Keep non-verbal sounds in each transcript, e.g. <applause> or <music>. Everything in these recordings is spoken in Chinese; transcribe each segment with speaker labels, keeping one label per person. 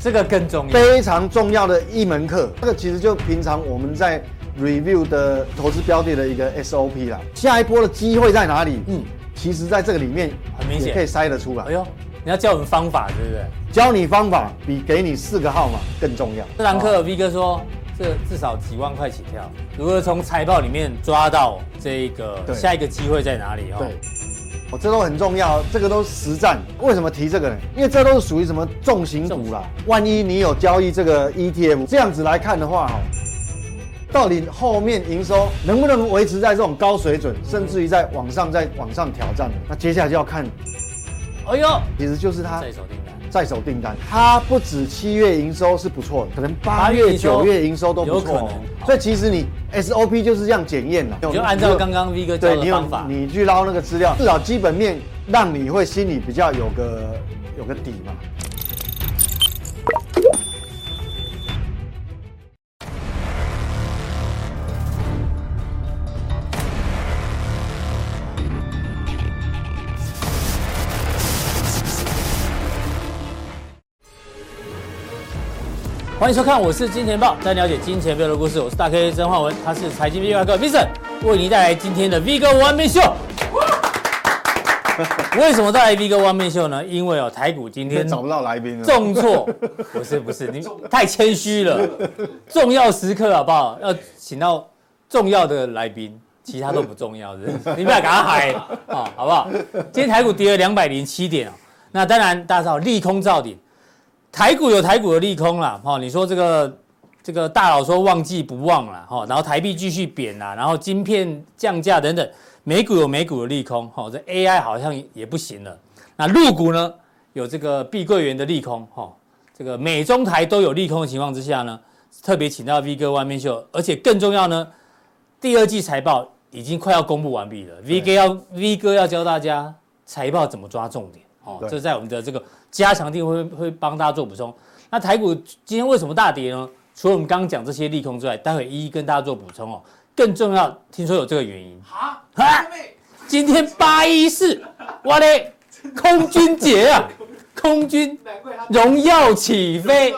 Speaker 1: 这个更重要。
Speaker 2: 非常重要的一门课。这个其实就平常我们在 review 的投资标的的一个 SOP 啦。下一波的机会在哪里？
Speaker 1: 嗯
Speaker 2: 嗯，其实在这个里面
Speaker 1: 很明显
Speaker 2: 也可以筛得出
Speaker 1: 哎
Speaker 2: 来。
Speaker 1: 呦，你要教我们方法，对不对？
Speaker 2: 教你方法比给你四个号码更重要。
Speaker 1: 这堂课 V 哥说，这至少几万块起跳，如何从财报里面抓到这个
Speaker 2: 对
Speaker 1: 下一个机会在哪里？哦，
Speaker 2: 对，哦，这都很重要，这个都是实战。为什么提这个呢？因为这都是属于什么重型股啦。万一你有交易这个 ETF，这样子来看的话，哦，到底后面营收能不能维持在这种高水准，甚至于在往上再往上挑战呢？那接下来就要看，
Speaker 1: 哎呦，
Speaker 2: 其实就是它
Speaker 1: 在手订单，
Speaker 2: 在手订单，它不止七月营收是不错的，可能
Speaker 1: 八
Speaker 2: 八
Speaker 1: 月
Speaker 2: 月、
Speaker 1: 营收
Speaker 2: 九月营收都不
Speaker 1: 有
Speaker 2: 错
Speaker 1: 可
Speaker 2: 哦
Speaker 1: 能。
Speaker 2: 所以其实你 SOP 就是这样检验了，
Speaker 1: 你就按照刚刚 V 哥教
Speaker 2: 对
Speaker 1: 的
Speaker 2: 你有
Speaker 1: 方法，
Speaker 2: 你去捞那个资料，至少基本面让你会心里比较有个有个底嘛。
Speaker 1: 欢迎收看，我是金钱豹，在了解金钱豹的故事。我是大 K 曾焕文，他是财经 V 哥 Vincent，为您带来今天的 V 哥 One Man
Speaker 2: <laughs>
Speaker 1: Show。为什么带来 V 哥 One Man Show 呢？因为哦，台股今天
Speaker 2: 找不到来宾了，
Speaker 1: 重挫， <laughs> 不是不是，你 <laughs> 太谦虚了。重要时刻好不好？要请到重要的来宾，其他都不重要的， <laughs> 你不要给他嗨啊、哦，好不好？今天台股跌了两百零七点哦，那当然大家知道利空造顶，台股有台股的利空啦，哈、哦，你说这个。这个大佬说旺季不旺啦，哈、哦，然后台币继续贬啦，然后晶片降价等等，美股有美股的利空，哈、哦，这 AI 好像也不行了。那陆股呢，有这个碧桂园的利空，哈、这个美中台都有利空的情况之下呢，特别请到 V 哥外面秀，而且更重要呢，第二季财报已经快要公布完毕了，V 哥要 V 哥要教大家财报怎么抓重点，哦，
Speaker 2: 对
Speaker 1: 这在我们的这个加强定会会帮大家做补充。那台股今天为什么大跌呢？除了我们刚刚讲这些利空之外，待会一一跟大家做补充哦。更重要，听说有这个原因。
Speaker 3: 啊，
Speaker 1: 啊今天八一四，哇嘞，空军节啊，空军
Speaker 3: 难怪他
Speaker 1: 荣耀起飞，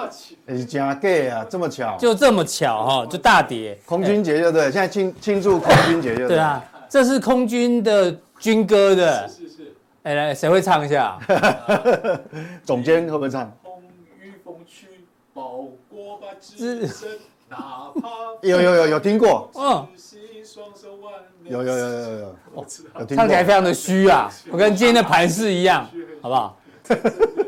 Speaker 2: 哎，加 gay 啊，这么巧，就
Speaker 1: 就这么巧哈、就大跌。
Speaker 2: 空军节就对了，现在庆庆祝空军节就
Speaker 1: 哎
Speaker 2: 对
Speaker 1: 对
Speaker 2: 了。
Speaker 1: 啊，这是空军的军歌的，
Speaker 3: 是是
Speaker 1: 哎来，谁会唱一下？
Speaker 2: 总监会不会唱？
Speaker 3: 风雨风去，保国吧之身，哪怕
Speaker 2: 有有有有听过，
Speaker 1: 嗯，
Speaker 3: 只惜双手万能
Speaker 2: 有有有有有有
Speaker 3: 我知道
Speaker 2: 有听
Speaker 1: 唱起来非
Speaker 2: 过。
Speaker 1: 常的虚啊，我跟今天的盘势一样，好不好？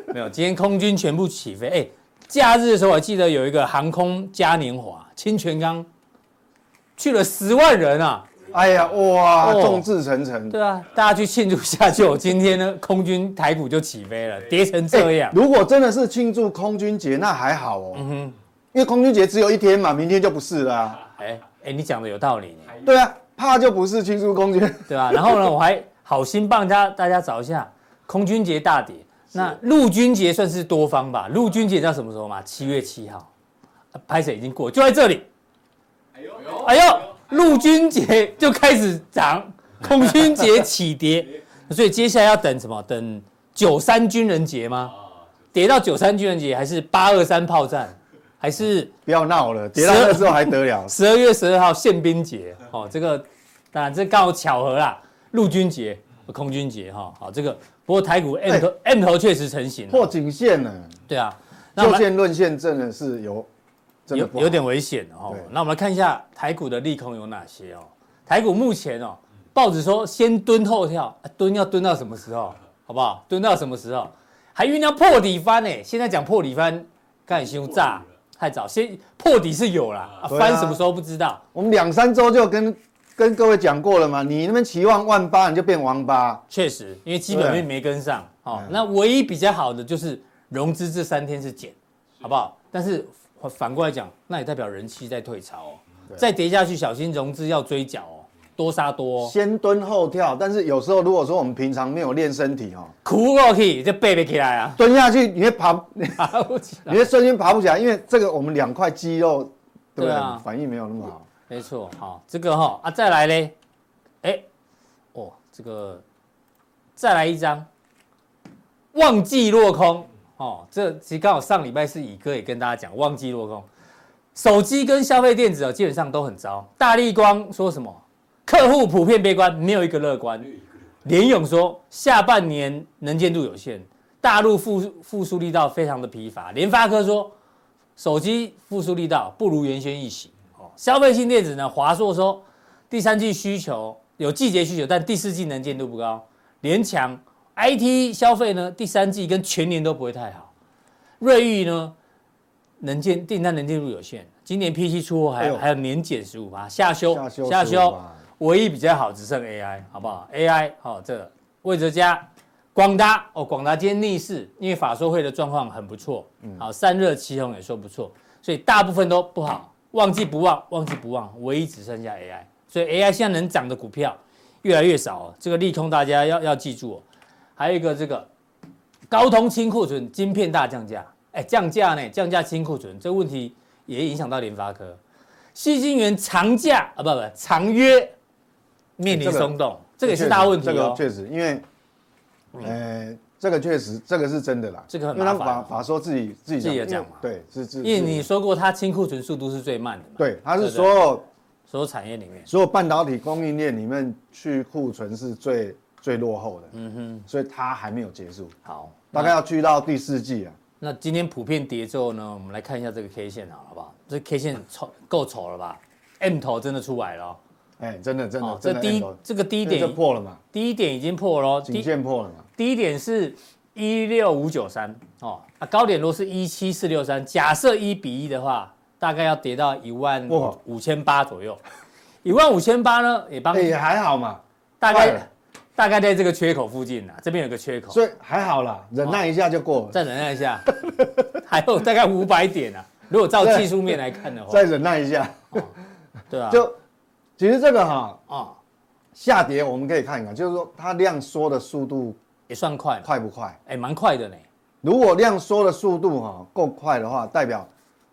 Speaker 1: 没有，今天空军全部起飞。哎，假日的时候我记得有一个航空嘉年华，清泉岗去了十万人啊。
Speaker 2: 哎呀，哇，
Speaker 1: 哦
Speaker 2: 众志成城。
Speaker 1: 对啊，大家去庆祝一下就。今天呢，空军台股就起飞了，跌成这样。
Speaker 2: 哎如果真的是庆祝空军节，那还好哦，
Speaker 1: 嗯
Speaker 2: 因为空军节只有一天嘛，明天就不是啦、
Speaker 1: 哼，哎哎，你讲的有道理呢，
Speaker 2: 对啊，怕就不是庆祝空军。 <laughs>
Speaker 1: 对吧、然后呢，我还好心帮大家大家找一下，空军节大跌，那陆军节算是多方吧？陆军节你知道什么时候吗？七月七号，啊拍摄已经过，就在这里。
Speaker 3: 哎呦哎呦
Speaker 1: 哎呦，陆军节就开始涨，空军节起
Speaker 3: <laughs>
Speaker 1: 跌，所以接下来要等什么？等九三军人节吗？
Speaker 3: 啊
Speaker 1: 跌到九三军人节，还是八二三炮战，还是？
Speaker 2: 不要闹了，跌到那时候还得了
Speaker 1: 十二月十二号宪兵节？
Speaker 2: 嗯
Speaker 1: 哦，这个当然这刚好巧合啦，陆军节、空军节哈、好，这个不过台股
Speaker 2: 哎
Speaker 1: M 头、M 头确实成型了，
Speaker 2: 破颈线了，
Speaker 1: 对啊。那我
Speaker 2: 就
Speaker 1: 们
Speaker 2: 线论线真的是有，真的
Speaker 1: 有
Speaker 2: 不好
Speaker 1: 有点危险哦
Speaker 2: 对。
Speaker 1: 那我们来看一下台股的利空有哪些哦。台股目前哦，报纸说先蹲后跳，啊蹲要蹲到什么时候？好不好？蹲到什么时候？还酝酿破底翻呢？哎现在讲破底翻，干胸炸太早，先破底是有啦，啊
Speaker 2: 对啊
Speaker 1: 翻什么时候不知道。
Speaker 2: 我们两三周就跟跟各位讲过了嘛，你那边期望万八，你就变王八。
Speaker 1: 确实，因为基本面没跟上。哦，
Speaker 2: 嗯
Speaker 1: 那唯一比较好的就是融资这三天是减，好不好？但是反反过来讲，那也代表人气在退潮哦，再跌下去小心融资要追缴哦，多杀多、哦。
Speaker 2: 先蹲后跳，但是有时候如果说我们平常没有练身体哦，
Speaker 1: 苦过去就背不起来啊， <laughs>
Speaker 2: 蹲下去你会爬，你
Speaker 1: 爬不起来。
Speaker 2: 会瞬间爬不起来，因为这个我们两块肌肉，对不
Speaker 1: 对
Speaker 2: 对？
Speaker 1: 啊
Speaker 2: 反应没有那么好。
Speaker 1: 没错，好，这个哈、啊，再来嘞，哎，哦，这个再来一张，旺季落空啊、哦，这其实刚好上礼拜是乙哥也跟大家讲，忘记落空。手机跟消费电子哦，基本上都很糟。大力光说什么？客户普遍悲观，没有一个乐观。联勇说下半年能见度有限，大陆复复苏力道非常的疲乏。联发科说手机复苏力道不如原先预期。哦，消费性电子呢，华硕说第三季需求有季节需求，但第四季能见度不高。联强 IT 消费呢，第三季跟全年都不会太好。瑞昱呢，能见订单能见度有限，今年 P 七出货还、
Speaker 2: 哎呦
Speaker 1: 还有年减十五趴，下修
Speaker 2: 下修
Speaker 1: 下
Speaker 2: 15
Speaker 1: 修
Speaker 2: 吧，
Speaker 1: 唯一比较好只剩 AI，好不好？AI 好、这个魏哲家、广达哦，广达今天逆势，因为法说会的状况很不错，
Speaker 2: 嗯
Speaker 1: 好、散热旗宏也说不错，所以大部分都不好，旺季不旺，旺季不旺，唯一只剩下 AI，所以 AI 现在能涨的股票越来越少、哦，这个利空大家要要记住哦。还有一个这个高通清库存晶片大降价，哎，降价呢，降价清库存，这问题也影响到联发科。西晶元长假啊，不不长约面临
Speaker 2: 哎这个
Speaker 1: 松动，这个也是大问题
Speaker 2: 这个
Speaker 1: 哦。嗯
Speaker 2: 确实，因为，呃，这个确实，这个是真的啦。
Speaker 1: 这个很
Speaker 2: 因为他
Speaker 1: 麻烦
Speaker 2: 法
Speaker 1: 哦
Speaker 2: 法说自己自己
Speaker 1: 自己有
Speaker 2: 因为
Speaker 1: 讲嘛
Speaker 2: 对，是是。
Speaker 1: <laughs> 因为
Speaker 2: 是
Speaker 1: 你说过它清库存速度是最慢的嘛，
Speaker 2: 对，他是
Speaker 1: 对对
Speaker 2: 所有
Speaker 1: 所有产业里面，
Speaker 2: 所有半导体供应链里面去库存是最最落后的，
Speaker 1: 嗯哼，嗯
Speaker 2: 所以它还没有结束，
Speaker 1: 好，
Speaker 2: 大概要去到第四季啊。
Speaker 1: 那今天普遍跌之后呢，我们来看一下这个 K 线好了，好不好？这 K 线丑够丑了吧？M 头真的出来了哦，
Speaker 2: 哎，真的真的
Speaker 1: 哦，
Speaker 2: 真
Speaker 1: 这
Speaker 2: 的
Speaker 1: 低
Speaker 2: Android
Speaker 1: 这个低
Speaker 2: 因为这
Speaker 1: 点
Speaker 2: 破了嘛，
Speaker 1: 低点已经破了哦，
Speaker 2: 颈
Speaker 1: 低
Speaker 2: 线破了嘛，
Speaker 1: 低点是一六五九三哦，啊高点如果是一七四六三，假设一比一的话，大概要跌到一万
Speaker 2: 哇
Speaker 1: 五千八左右，一万五千八呢也帮
Speaker 2: 哎也还好嘛，
Speaker 1: 大
Speaker 2: 快
Speaker 1: 概
Speaker 2: 了
Speaker 1: 大概在这个缺口附近啊，这边有个缺口，
Speaker 2: 所以还好啦，忍耐一下就过了，
Speaker 1: 再忍耐一下，还有大概五百点啊，如果照
Speaker 2: 对
Speaker 1: 技术面来看的话，
Speaker 2: 再忍耐一下，
Speaker 1: 对啊，
Speaker 2: 就其实这个哈
Speaker 1: 啊
Speaker 2: 下跌我们可以看一看，就是说它量缩的速度
Speaker 1: 也算快了，
Speaker 2: 快不快？
Speaker 1: 哎蛮快的呢，
Speaker 2: 如果量缩的速度哈够快的话，代表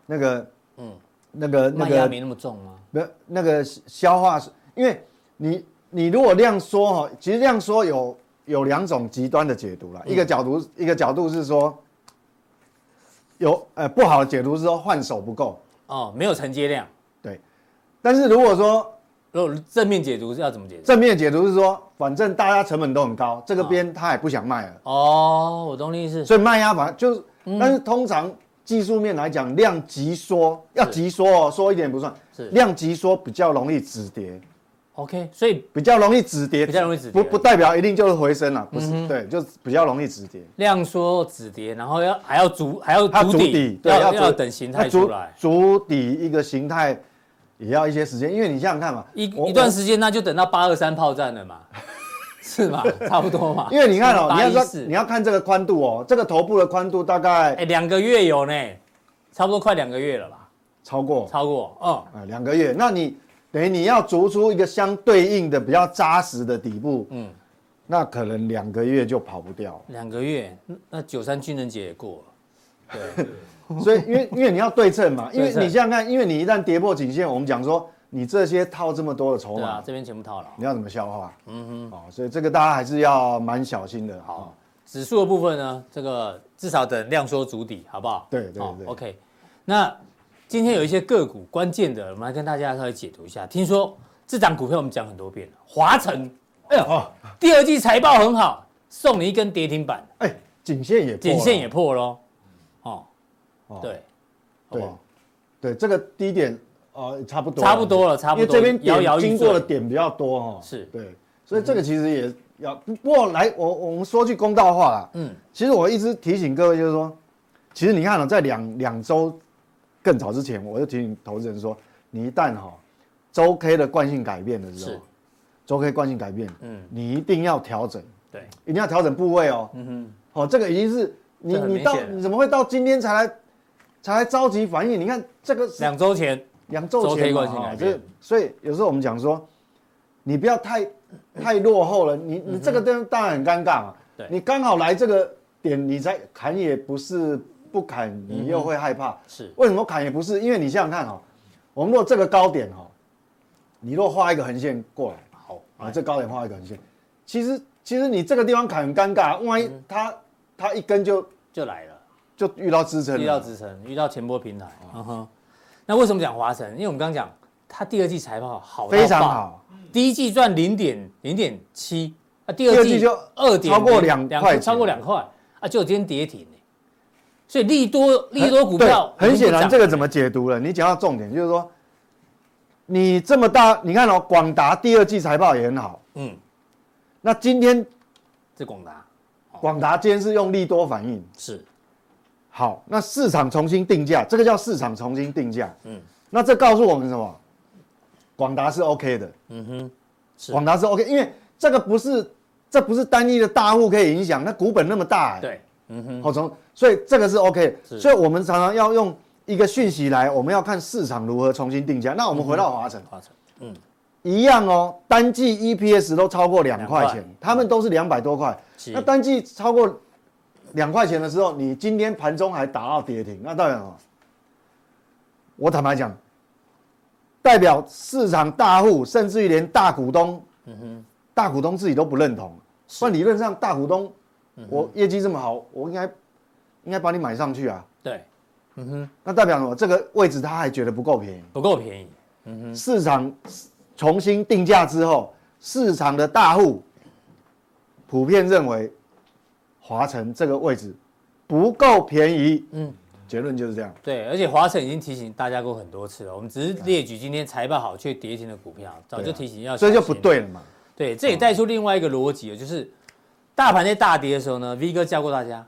Speaker 2: 那个
Speaker 1: 嗯
Speaker 2: 那个那
Speaker 1: 卖压
Speaker 2: 个
Speaker 1: 没那么重吗？
Speaker 2: 没有那个消化是，因为你你如果量缩哈，其实量缩有有两种极端的解读啦，
Speaker 1: 嗯
Speaker 2: 一个角度一个角度是说有呃不好的解读是说换手不够，
Speaker 1: 哦，没有承接量，
Speaker 2: 对，但是如果说
Speaker 1: 如果正面解读是要怎么解读？
Speaker 2: 正面解读是说，反正大家成本都很高，
Speaker 1: 啊
Speaker 2: 这个边他也不想卖了，
Speaker 1: 哦，我懂你意思。
Speaker 2: 所以卖压反而就是，
Speaker 1: 嗯
Speaker 2: 但是通常技术面来讲，量急缩要急缩哦，缩一点不算
Speaker 1: 是，
Speaker 2: 量急缩比较容易止跌。
Speaker 1: OK，所以
Speaker 2: 比较容易止跌，
Speaker 1: 比较容易止跌嗯
Speaker 2: 不不代表一定就是回升了，不是，对，就是比较容易止跌。
Speaker 1: 量缩止跌，然后要还要足还要
Speaker 2: 它
Speaker 1: 足底，
Speaker 2: 对，
Speaker 1: 要
Speaker 2: 筑
Speaker 1: 要等形态出来
Speaker 2: 它，筑筑底一个形态也要一些时间，因为你想想看嘛，
Speaker 1: 一
Speaker 2: 我
Speaker 1: 一段，时间那就等到八二三炮战了嘛， <laughs> 是
Speaker 2: <laughs>
Speaker 1: 嘛？差不多嘛
Speaker 2: 我。因为你看哦，你
Speaker 1: 八
Speaker 2: 要
Speaker 1: 一
Speaker 2: 说
Speaker 1: 四
Speaker 2: 你，要看这个宽度哦，这个头部的宽度大概
Speaker 1: 哎，两个月有呢，差不多快两个月了吧，
Speaker 2: 超过
Speaker 1: 超过，嗯，
Speaker 2: 啊两个月，那你等于你要筑出一个相对应的比较扎实的底部，嗯
Speaker 1: 嗯，
Speaker 2: 那可能两个月就跑不掉。
Speaker 1: 两个月，那那九三军人节也过了，对，
Speaker 2: 所以因为因为你要对
Speaker 1: <laughs>
Speaker 2: 称嘛，因为
Speaker 1: 对称
Speaker 2: 你想想看，因为你一旦跌破颈线，我们讲说你这些套这么多的筹
Speaker 1: 对
Speaker 2: 码，
Speaker 1: 啊，这边全部套牢。
Speaker 2: 你要怎么消化？嗯哼，哦，所以这个大家还是要蛮小心的。好，
Speaker 1: 指数的部分呢，这个至少等量缩足底，好不好？
Speaker 2: 对对
Speaker 1: 哦
Speaker 2: 对
Speaker 1: OK，那今天有一些个股关键的，我们来跟大家稍微解读一下。听说这档股票我们讲很多遍了，华晨，哎呦，
Speaker 2: 哦，
Speaker 1: 第二季财报很好，送你一根跌停板，
Speaker 2: 哎，颈线也破了
Speaker 1: 颈线也破喽。哦，
Speaker 2: 哦
Speaker 1: 对，好
Speaker 2: 对
Speaker 1: 不好
Speaker 2: 对，这个低点呃差不多，
Speaker 1: 差不多了差不多
Speaker 2: 因为这边点
Speaker 1: 摇摇欲坠
Speaker 2: 经过的点比较多哦。
Speaker 1: 是嗯
Speaker 2: 对，所以这个其实也要不过来，我我们说句公道话啦，
Speaker 1: 嗯，
Speaker 2: 其实我一直提醒各位，就是说，其实你看了、哦在两两周更早之前，我就提醒投资人说，你一旦哈、周 K 的惯性改变的时候
Speaker 1: 是，
Speaker 2: 周 K 惯性改变，
Speaker 1: 嗯
Speaker 2: 你一定要调整，
Speaker 1: 对，
Speaker 2: 一定要调整部位哦。
Speaker 1: 嗯哼，
Speaker 2: 哦，这个已经是你
Speaker 1: 这很明
Speaker 2: 你到
Speaker 1: 显了
Speaker 2: 你怎么会到今天才来才来着急反应？你看这个是
Speaker 1: 两周前
Speaker 2: 两周
Speaker 1: 周 K
Speaker 2: 前嘛，
Speaker 1: 惯性
Speaker 2: 哈
Speaker 1: 改
Speaker 2: 这
Speaker 1: 变
Speaker 2: 个所以有时候我们讲说，你不要太太落后了，你你这个当当然很尴尬嘛。
Speaker 1: 嗯对
Speaker 2: 你刚好来这个点，你再砍也不是，不砍你又会害怕。
Speaker 1: 是
Speaker 2: 为什么砍也不是？因为你想想看哦，我们若这个高点哦，你若画一个横线过来，
Speaker 1: 好，
Speaker 2: 啊，这高点画一个横线，
Speaker 1: 嗯
Speaker 2: 其实其实你这个地方砍很尴尬，万一它它一根就
Speaker 1: 就来了，
Speaker 2: 就遇到支撑了，
Speaker 1: 遇到支撑，遇到前波平台。嗯哼，那为什么讲华晨？因为我们刚刚讲它第二季财报好，
Speaker 2: 非常，好，
Speaker 1: 第一季赚零点零点七，啊，第
Speaker 2: 第
Speaker 1: 二
Speaker 2: 二
Speaker 1: 季
Speaker 2: 季就
Speaker 1: 二点
Speaker 2: 超过两块钱
Speaker 1: 超过两块啊，就今天跌停欸所以利多利多股票
Speaker 2: 哎对很显然这
Speaker 1: 个
Speaker 2: 个怎么解读了？你讲到重点，就是说你这么大，你看哦，广达第二季财报也很好，
Speaker 1: 嗯，
Speaker 2: 那今天
Speaker 1: 这广达
Speaker 2: 广达今天是用利多反应，
Speaker 1: 是
Speaker 2: 好，那市场重新定价，这个叫市场重新定价。
Speaker 1: 嗯
Speaker 2: 嗯，那这告诉我们什么？广达是 OK 的，
Speaker 1: 嗯哼是
Speaker 2: 广达是 OK，因为这个不是这不是单一的大户可以影响，那股本那么大、哎，
Speaker 1: 对嗯哼
Speaker 2: 好从所以这个是 OK，
Speaker 1: 是
Speaker 2: 的所以我们常常要用一个讯息来，我们要看市场如何重新定价。那我们回到华晨、
Speaker 1: 华晨嗯
Speaker 2: 一样哦，单季 EPS 都超过两块
Speaker 1: 两
Speaker 2: 钱
Speaker 1: 块，
Speaker 2: 他们都是两百多块。
Speaker 1: 是
Speaker 2: 那单季超过两块钱的时候，你今天盘中还打到跌停，那代表什么？我坦白讲，代表市场大户，甚至于连大股东，大股东自己都不认同。那理论上，大股东，我业绩这么好，我应该应该把你买上去啊。
Speaker 1: 对
Speaker 2: 那代表什么？这个位置他还觉得不够便宜。
Speaker 1: 不够便宜
Speaker 2: 市场重新定价之后，市场的大户普遍认为华晨这个位置不够便宜。嗯，结论就是这样。
Speaker 1: 对，而且华晨已经提醒大家过很多次了，我们只是列举今天财报好却跌停的股票，早就
Speaker 2: 对啊
Speaker 1: 提醒要小
Speaker 2: 所
Speaker 1: 心，
Speaker 2: 以就不对了嘛。
Speaker 1: 对，
Speaker 2: 哦
Speaker 1: 这也带出另外一个逻辑，就是大盘在大跌的时候呢，V 哥教过大家，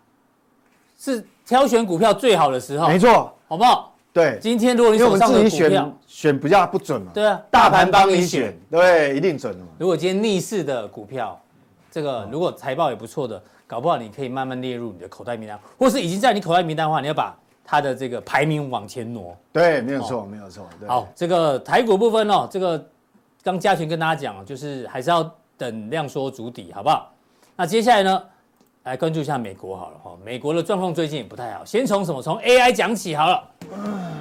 Speaker 1: 是挑选股票最好的时候，
Speaker 2: 没错，
Speaker 1: 好不好？
Speaker 2: 对，
Speaker 1: 今天如果你
Speaker 2: 因为我
Speaker 1: 手
Speaker 2: 们
Speaker 1: 哦上的
Speaker 2: 自己
Speaker 1: 股票
Speaker 2: 选，选比较不准嘛。
Speaker 1: 对啊，
Speaker 2: 大盘帮你选，，对，一定准的嘛。
Speaker 1: 如果今天逆势的股票，这
Speaker 2: 哦
Speaker 1: 个如果财报也不错的，搞不好你可以慢慢列入你的口袋名单，或是已经在你口袋名单的话，你要把它的这个排名往前挪。
Speaker 2: 对，没有错，没有错。对
Speaker 1: 好，，这个台股部分哦，这个刚嘉群跟大家讲哦，就是还是要等量缩筑底，好不好？那接下来呢，来关注一下美国好了哈、哦，美国的状况最近也不太好。先从什么？从 AI 讲起好了。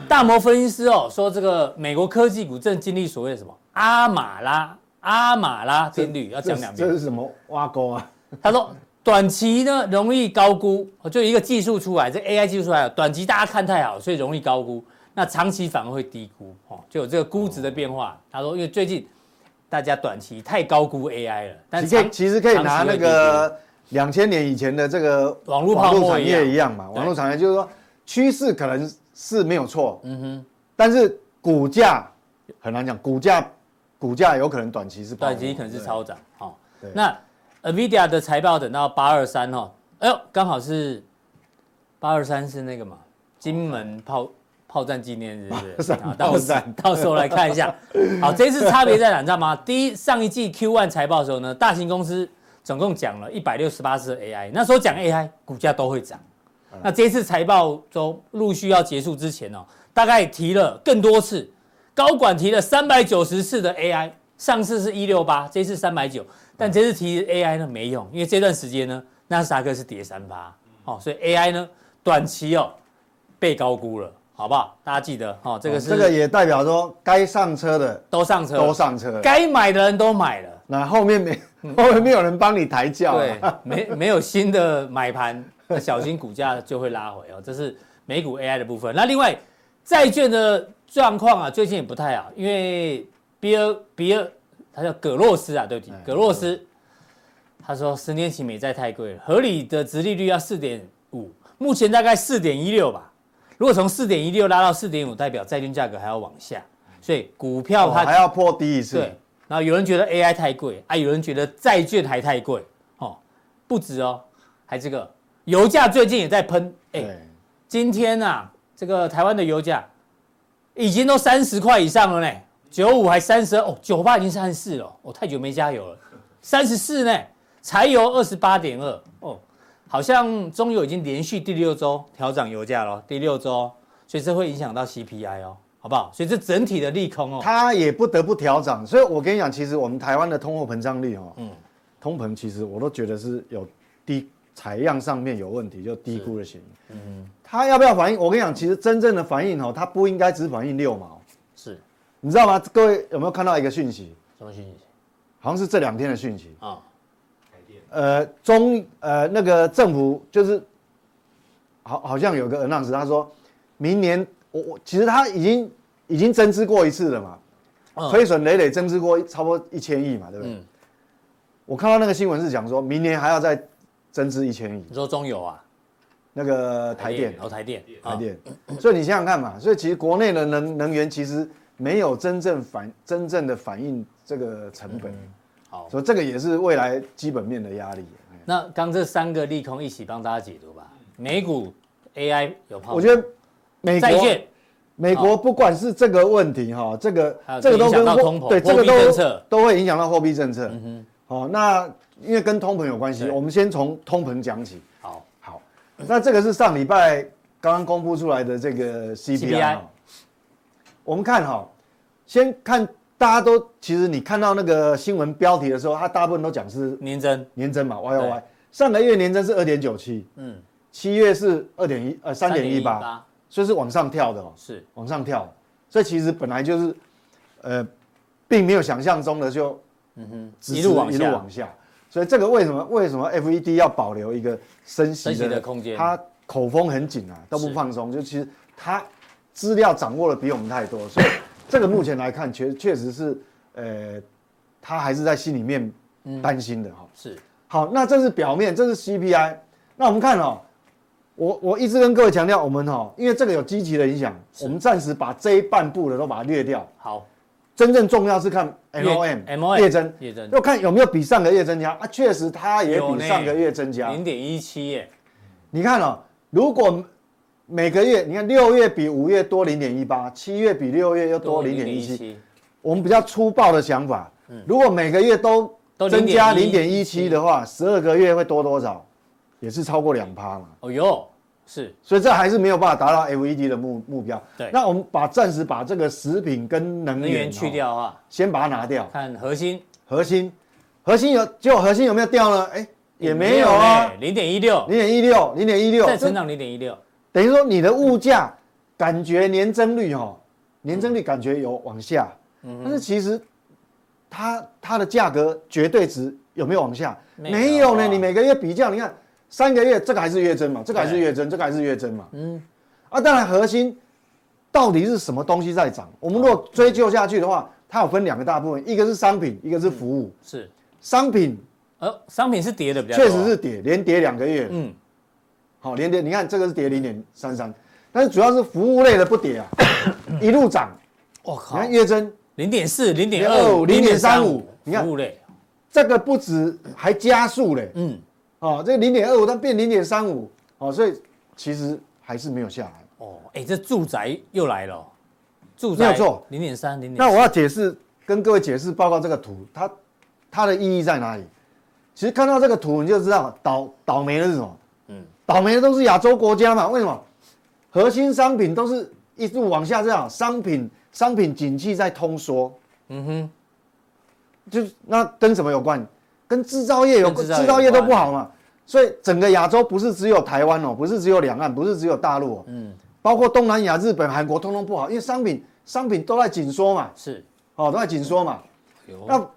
Speaker 1: 大摩分析师哦说，这个美国科技股正经历所谓的什么阿马拉阿马拉定律，要
Speaker 2: 这
Speaker 1: 讲两
Speaker 2: 这
Speaker 1: 遍。
Speaker 2: 是什么挖沟啊？
Speaker 1: 他说短期呢容易高估，哦就一个技术出来，这 AI 技术出来了，短期大家看太好，所以容易高估，那长期反而会低估哦，就有这个估值的变化。他说，因为最近大家短期太高估 AI 了，但
Speaker 2: 其实可以
Speaker 1: 长
Speaker 2: 其实可以拿那
Speaker 1: 长期会低
Speaker 2: 个两千年以前的这个
Speaker 1: 网络泡沫
Speaker 2: 产业
Speaker 1: 一
Speaker 2: 一样嘛，
Speaker 1: 对
Speaker 2: 网络产业就是说趋势可能是没有错，嗯哼，但是股价很难讲，股价股价有可能短期是泡沫
Speaker 1: 短期可能是超涨哦
Speaker 2: 对。
Speaker 1: 那 Nvidia 的财报等到八二三哈，哎呦，刚好是八二三是那个嘛，金门炮炮战纪念日，是不是？啊到
Speaker 2: 炮
Speaker 1: 时
Speaker 2: 战
Speaker 1: 到时候来看一下。好，这次差别在哪，你知道吗？第一，上一季 Q1 财报的时候呢，大型公司总共讲了一百六十八次的 AI，那时候讲 AI 股价都会涨。那这一次财报周陆续要结束之前哦，大概提了更多次，高管提了三百九十次的 AI，上次是一六八，这次三百九，但这次提 AI 呢没用，因为这段时间呢，纳斯达克是跌三八，哦，所以 AI 呢短期哦被高估了，好不好？大家记得哦，这个是
Speaker 2: 这个也代表说该上车的
Speaker 1: 都上车，
Speaker 2: 都，上车
Speaker 1: <laughs>
Speaker 2: 了，
Speaker 1: 该买的人都买了，
Speaker 2: 那后
Speaker 1: <laughs>
Speaker 2: 面没后面没有人帮你抬轿啊，
Speaker 1: 对，没没有新的买盘，那小心股价就会拉回哦。这是美股 AI 的部分。那另外，债券的状况啊，最近也不太好，因为比尔比尔他叫葛洛斯啊，对不起
Speaker 2: 哎，
Speaker 1: 葛洛斯，他说十年期美债太贵了，合理的殖利率要四点五，目前大概四点一六吧。如果从四点一六拉到四点五，代表债券价格还要往下，所以股票
Speaker 2: 哦
Speaker 1: 它
Speaker 2: 还要破低一次，
Speaker 1: 对，哎然后有人觉得 AI 太贵啊，有人觉得债券还太贵哦，不止哦，还这个油价最近也在喷，哎，
Speaker 2: 对，
Speaker 1: 今天啊，这个台湾的油价已经都三十块以上了呢，九五还三十二，哦，九八已经三十四了，我、太久没加油了，三十四呢，柴油二十八点二，哦，好像中油已经连续第六周调涨油价了，第六周哦，所以这会影响到 CPI 哦，好不好？所以这整体的利空哦，
Speaker 2: 它也不得不调涨，所以我跟你讲，其实我们台湾的通货膨胀率哦，通膨其实我都觉得是有低采样上面有问题，就低估的嫌疑。嗯，它要不要反应？我跟你讲，其实真正的反应哦，它不应该只反应六毛，
Speaker 1: 是
Speaker 2: 你知道吗？各位有没有看到一个讯息？
Speaker 1: 什么讯息
Speaker 2: 好像是这两天的讯息，
Speaker 1: 啊？
Speaker 3: 台电
Speaker 2: 呃，中呃那个政府就是好好像有个 announce，他说明年我我其实他已经已经增资过一次了嘛，
Speaker 1: 嗯
Speaker 2: 亏损累累增资过差不多一千亿嘛，对不对？
Speaker 1: 嗯
Speaker 2: 我看到那个新闻是讲说明年还要再增资一千亿，
Speaker 1: 你说中油啊，
Speaker 2: 那个台电
Speaker 1: 然后台电，
Speaker 2: 台
Speaker 1: 啊，
Speaker 2: 电，所以你想想看嘛，所以其实国内的能能源其实没有真正反真正的反映这个成本，
Speaker 1: 嗯好，
Speaker 2: 所以这个也是未来基本面的压力。哎
Speaker 1: 那刚这三个利空一起帮大家解读吧。美股 AI 有泡沫，
Speaker 2: 我觉得美国
Speaker 1: 债券
Speaker 2: 美国不管是这个问题哈，这个
Speaker 1: 还有
Speaker 2: 这个都
Speaker 1: 影响
Speaker 2: 跟
Speaker 1: 到
Speaker 2: 货
Speaker 1: 通膨
Speaker 2: 对
Speaker 1: 货币
Speaker 2: 这个
Speaker 1: 政
Speaker 2: 都
Speaker 1: 策嗯
Speaker 2: 都会影响到货币政策。好，那因为跟通膨有关系，
Speaker 1: 对
Speaker 2: 我们先从通膨讲起。
Speaker 1: 好，
Speaker 2: 好，那这个是上礼拜刚刚公布出来的这个 CPI，
Speaker 1: CPI
Speaker 2: 哈我们看哈，先看大家都其实你看到那个新闻标题的时候，它大部分都讲是
Speaker 1: 年增
Speaker 2: 年增嘛，Y O
Speaker 1: 对
Speaker 2: Y，上个月年增是二点九七，
Speaker 1: 嗯
Speaker 2: 七月是二点一呃三点一八，
Speaker 1: 3.18
Speaker 2: 所以是往上跳的哦。
Speaker 1: 是
Speaker 2: 往上跳，所以其实本来就是，呃，并没有想象中的就直直
Speaker 1: 一路往
Speaker 2: 一路
Speaker 1: 下
Speaker 2: 往，下，所以这个为什么为什么 FED 要保留一个升息
Speaker 1: 升息的空间
Speaker 2: 他口风很紧啊，都不
Speaker 1: 是
Speaker 2: 放松，就其实他资料掌握的比我们太多，所以这个目前来看确确实是，呃，他还是在心里面
Speaker 1: 嗯
Speaker 2: 担心的哦哈、
Speaker 1: 是
Speaker 2: 好，那这是表面，这是 CPI。那我们看哦，我我一直跟各位强调，我们哦，因为这个有积极的影响，我们暂时把这一半部的都把它略掉。
Speaker 1: 好。
Speaker 2: 真正重要是看
Speaker 1: 月
Speaker 2: MOM
Speaker 1: MOM
Speaker 2: 月增，
Speaker 1: 月增
Speaker 2: 要看有没有比上个月增加啊。确实，它也
Speaker 1: 嗯有
Speaker 2: 比
Speaker 1: 呢
Speaker 2: 上个月增加
Speaker 1: 零。点一七耶，
Speaker 2: 你看哦，如果每个月，你看六月比五月多零点一八，七月比六月又多零点一七，
Speaker 1: 7，
Speaker 2: 我们比较粗暴的想法，如果每个月都
Speaker 1: 嗯都
Speaker 2: 增加零
Speaker 1: 0.17
Speaker 2: 点一七的话，十二个月会多多少？也是超过两趴嘛，
Speaker 1: 哦哟，是
Speaker 2: 所以这还是没有办法达到 LED 的目目标。
Speaker 1: 对
Speaker 2: 那我们把暂时把这个食品跟能
Speaker 1: 能
Speaker 2: 源
Speaker 1: 源
Speaker 2: 哦
Speaker 1: 去，掉的话，
Speaker 2: 先把它拿掉。
Speaker 1: 看核心
Speaker 2: 核心，核心有，结果核心有没有掉呢？哎，也没有啊，
Speaker 1: 零点一六，
Speaker 2: 零点一六，零点一六，
Speaker 1: 再成长零点一六，
Speaker 2: 等于说你的物价感觉年增率哈、哦，年增率感觉有往下，
Speaker 1: 嗯
Speaker 2: 但是其实它它的价格绝对值有没有往下？
Speaker 1: 没有啊
Speaker 2: 没有呢，你每个月比较，你看三个月这个还是月增嘛，这个还是
Speaker 1: 对
Speaker 2: 月增，这个还是月增嘛，
Speaker 1: 嗯
Speaker 2: 嗯，啊，当然核心到底是什么东西在涨？我们如果追究下去的话，它有分两个大部分，一个是商品，一个是服务。
Speaker 1: 是，
Speaker 2: 商品
Speaker 1: 呃，商品是跌的比较多，
Speaker 2: 确实是，跌，连跌两个月了，
Speaker 1: 嗯，
Speaker 2: 好、连跌，你看这个是跌零点三三，但是主要是服务类的不跌
Speaker 1: <coughs>
Speaker 2: 啊，一路涨。
Speaker 1: 我
Speaker 2: 你
Speaker 1: 靠，
Speaker 2: 看月增
Speaker 1: 零点四、零点二五、
Speaker 2: 0.35你看
Speaker 1: 服务类，
Speaker 2: 这个不止还加速嘞，
Speaker 1: 嗯，
Speaker 2: 哦，这零点二五但变零点三五，哦，所以其实还是没有下来。
Speaker 1: 哦，哎，这住宅又来了哦，住宅
Speaker 2: 没有错
Speaker 1: 零点三、零点，
Speaker 2: 那我要解释跟各位解释报告这个图，它它的意义在哪里？其实看到这个图你就知道倒倒霉的是什么，嗯，倒霉的都是亚洲国家嘛，为什么？核心商品都是一路往下这样，商品商品景气在通缩，
Speaker 1: 嗯哼，
Speaker 2: 就是那跟什么有关？跟制造业有
Speaker 1: 跟
Speaker 2: 关，
Speaker 1: 制造业
Speaker 2: 制造业
Speaker 1: 有
Speaker 2: 都
Speaker 1: 关
Speaker 2: 不好嘛。所以整个亚洲不是只有台湾哦，不是只有两岸，不是只有大陆哦，
Speaker 1: 嗯，
Speaker 2: 包括东南亚、日本、韩国，通通不好，因为商品商品都在紧缩嘛，
Speaker 1: 是，
Speaker 2: 哦，都在紧缩嘛。
Speaker 1: 有，
Speaker 2: 那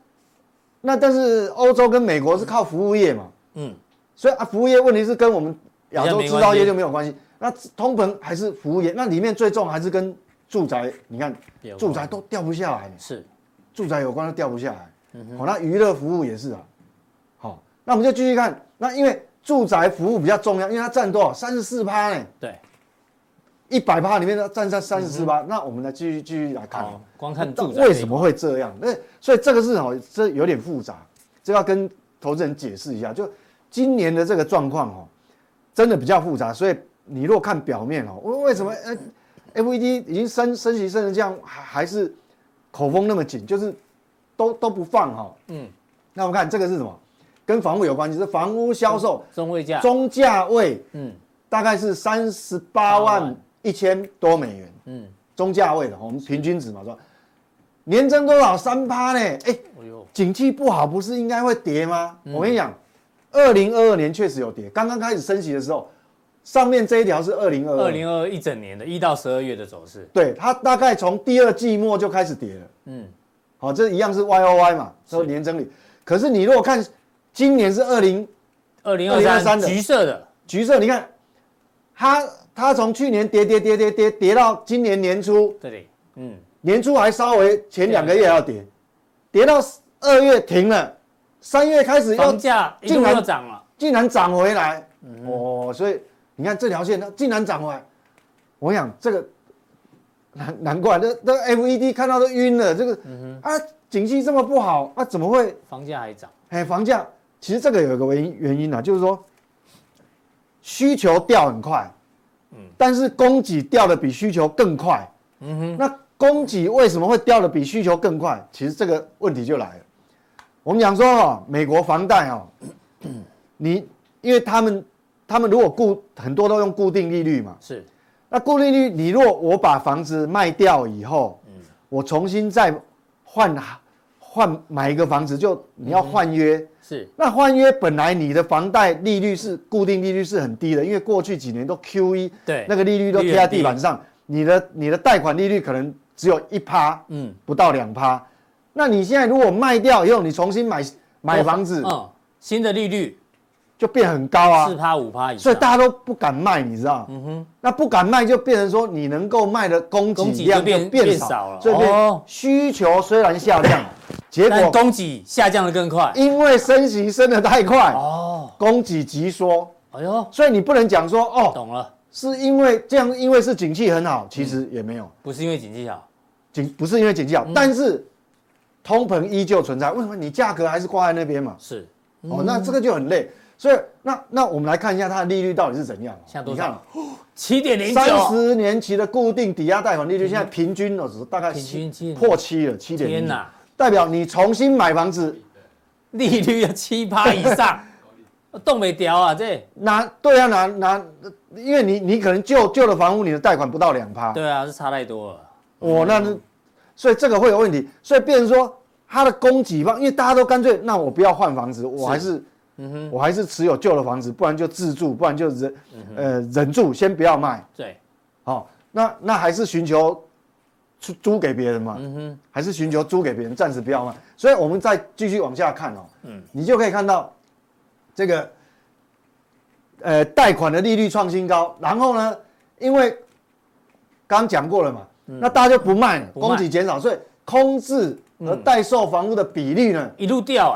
Speaker 2: 那但是欧洲跟美国是靠服务业嘛，
Speaker 1: 嗯，
Speaker 2: 所以啊，服务业问题是跟我们亚洲
Speaker 1: 比较没
Speaker 2: 制
Speaker 1: 关系
Speaker 2: 造业就没有关系。那通膨还是服务业，那里面最重还是跟住宅，你看
Speaker 1: 有啊哦
Speaker 2: 住宅都掉不下来。
Speaker 1: 是，
Speaker 2: 住宅有关都掉不下来。好、
Speaker 1: 嗯
Speaker 2: 那娱乐服务也是啊。好、那我们就继续看。那因为住宅服务比较重要，因为它占多少？三十四趴呢？
Speaker 1: 对，
Speaker 2: 一百趴里面它占在三十四趴。那我们来继续继续来看。
Speaker 1: 嗯好，哦光看
Speaker 2: 那
Speaker 1: 住宅
Speaker 2: 为什么会这样？那所以这个是哦，这有点复杂，这要跟投资人解释一下。就今年的这个状况哦，真的比较复杂。所以你若看表面哦，为为什么呃 FED 已经升升息升成这样，还还是口风那么紧，就是都都不放哈、哦。
Speaker 1: 嗯
Speaker 2: 嗯，那我们看这个是什么？跟房屋有关系，是房屋销售
Speaker 1: 中位价，
Speaker 2: 中价位
Speaker 1: 嗯
Speaker 2: 大概是三十八万
Speaker 1: 万
Speaker 2: 一千多美元。
Speaker 1: 嗯，
Speaker 2: 中价位的，我们平均值嘛，说年增多少三趴呢？哎、
Speaker 1: 哎呦，
Speaker 2: 景气不好不是应该会跌吗？
Speaker 1: 嗯
Speaker 2: 我跟你讲，二零二二年确实有跌，刚刚开始升息的时候，上面这一条是二零二
Speaker 1: 二零二一整年的一到十二月的走势，
Speaker 2: 对，它大概从第二季末就开始跌了。
Speaker 1: 嗯，
Speaker 2: 好、这一样是 Y O Y 嘛，说年增率。可是你如果看今年是二零
Speaker 1: 二零二三
Speaker 2: 2023的
Speaker 1: 橘色的，
Speaker 2: 橘色，你看它它从去年跌跌跌跌跌跌到今年年初，
Speaker 1: 这里，嗯，
Speaker 2: 年初还稍微前两个月还要跌，跌到二月停了，三月开始要
Speaker 1: 房价一
Speaker 2: 竟
Speaker 1: 路
Speaker 2: 然
Speaker 1: 又涨了，
Speaker 2: 竟然涨回来，哦，所以你看这条线它竟然涨回来，我想这个难难怪这这 FED 看到都晕了，这个、啊景气这么不好啊，怎么会
Speaker 1: 房价还涨，
Speaker 2: 哎，房价其实这个有一个原因原因啊，就是说需求掉很快，但是供给掉的比需求更快，
Speaker 1: 嗯哼，
Speaker 2: 那供给为什么会掉的比需求更快？其实这个问题就来了。我们讲说哦，美国房贷哦，你因为他们他们如果固很多都用固定利率嘛，
Speaker 1: 是，
Speaker 2: 那固定利率你若我把房子卖掉以后，
Speaker 1: 嗯
Speaker 2: 我重新再换换买一个房子，就你
Speaker 1: 嗯
Speaker 2: 要换约。
Speaker 1: 是，
Speaker 2: 那换约本来你的房贷利率是固定利率是很低的，因为过去几年都 Q E，
Speaker 1: 对
Speaker 2: 那个利率都贴在地板上，你的你的贷款利率可能只有一趴，
Speaker 1: 嗯，
Speaker 2: 不到两趴。那你现在如果卖掉以后，你重新买买房子，
Speaker 1: 嗯，新的利率
Speaker 2: 就变很高
Speaker 1: 四
Speaker 2: 啊，
Speaker 1: 趴五趴以上，
Speaker 2: 所以大家都不敢卖，你知道？嗯哼，那不敢卖就变成说你能够卖的供
Speaker 1: 供
Speaker 2: 给
Speaker 1: 给
Speaker 2: 量
Speaker 1: 就变
Speaker 2: 就变
Speaker 1: 变
Speaker 2: 少
Speaker 1: 少
Speaker 2: 了，
Speaker 1: 了
Speaker 2: 所以变
Speaker 1: 哦
Speaker 2: 需求虽然下降，结
Speaker 1: 但
Speaker 2: 果
Speaker 1: 供给下降的更快，
Speaker 2: 因为升息升的太快，
Speaker 1: 哦，
Speaker 2: 供给急缩。
Speaker 1: 哎呦，
Speaker 2: 所以你不能讲说哦，
Speaker 1: 懂了，
Speaker 2: 是因为这样，因为是景气很好，其实也没有
Speaker 1: 不是因为景气好，
Speaker 2: 景，不是因为景
Speaker 1: 嗯
Speaker 2: 气好，但是通膨依旧存在。为什么你价格还是挂在那边嘛？
Speaker 1: 是，
Speaker 2: 哦，
Speaker 1: 嗯
Speaker 2: 那这个就很累。所以那那我们来看一下它的利率到底是怎样。
Speaker 1: 现在
Speaker 2: 你
Speaker 1: 多
Speaker 2: 看哦
Speaker 1: 少，？七点零
Speaker 2: 三
Speaker 1: 九，
Speaker 2: 十年期的固定抵押贷款利率现在平均哦，只是大概
Speaker 1: 嗯平均
Speaker 2: 七
Speaker 1: 近
Speaker 2: 破七了，七点
Speaker 1: 天
Speaker 2: 零，
Speaker 1: 哪，
Speaker 2: 代表你重新买房子，
Speaker 1: 利率要七趴以上， <laughs> 动没掉啊这，
Speaker 2: 拿对啊拿拿，因为你你可能旧旧的房屋你的贷款不到两趴，
Speaker 1: 对啊，是差太多了，
Speaker 2: 我、哦那是，所以这个会有问题，所以变成说它的供给方，因为大家都干脆，那我不要换房子，我还是，我还是持有旧的房子，不然就自住，不然就忍，呃，忍住，先不要卖，
Speaker 1: 对，
Speaker 2: 好、那那还是寻求租租给别人嘛，
Speaker 1: 嗯
Speaker 2: 还是寻求租给别人，暂时不要卖，所以我们再继续往下看哦，
Speaker 1: 嗯
Speaker 2: 你就可以看到这个，呃，贷款的利率创新高，然后呢，因为刚讲过了嘛，那大家就不卖了，
Speaker 1: 嗯不卖嗯
Speaker 2: 供给减少，所以空置和待售房屋的比例呢，
Speaker 1: 一路掉啊，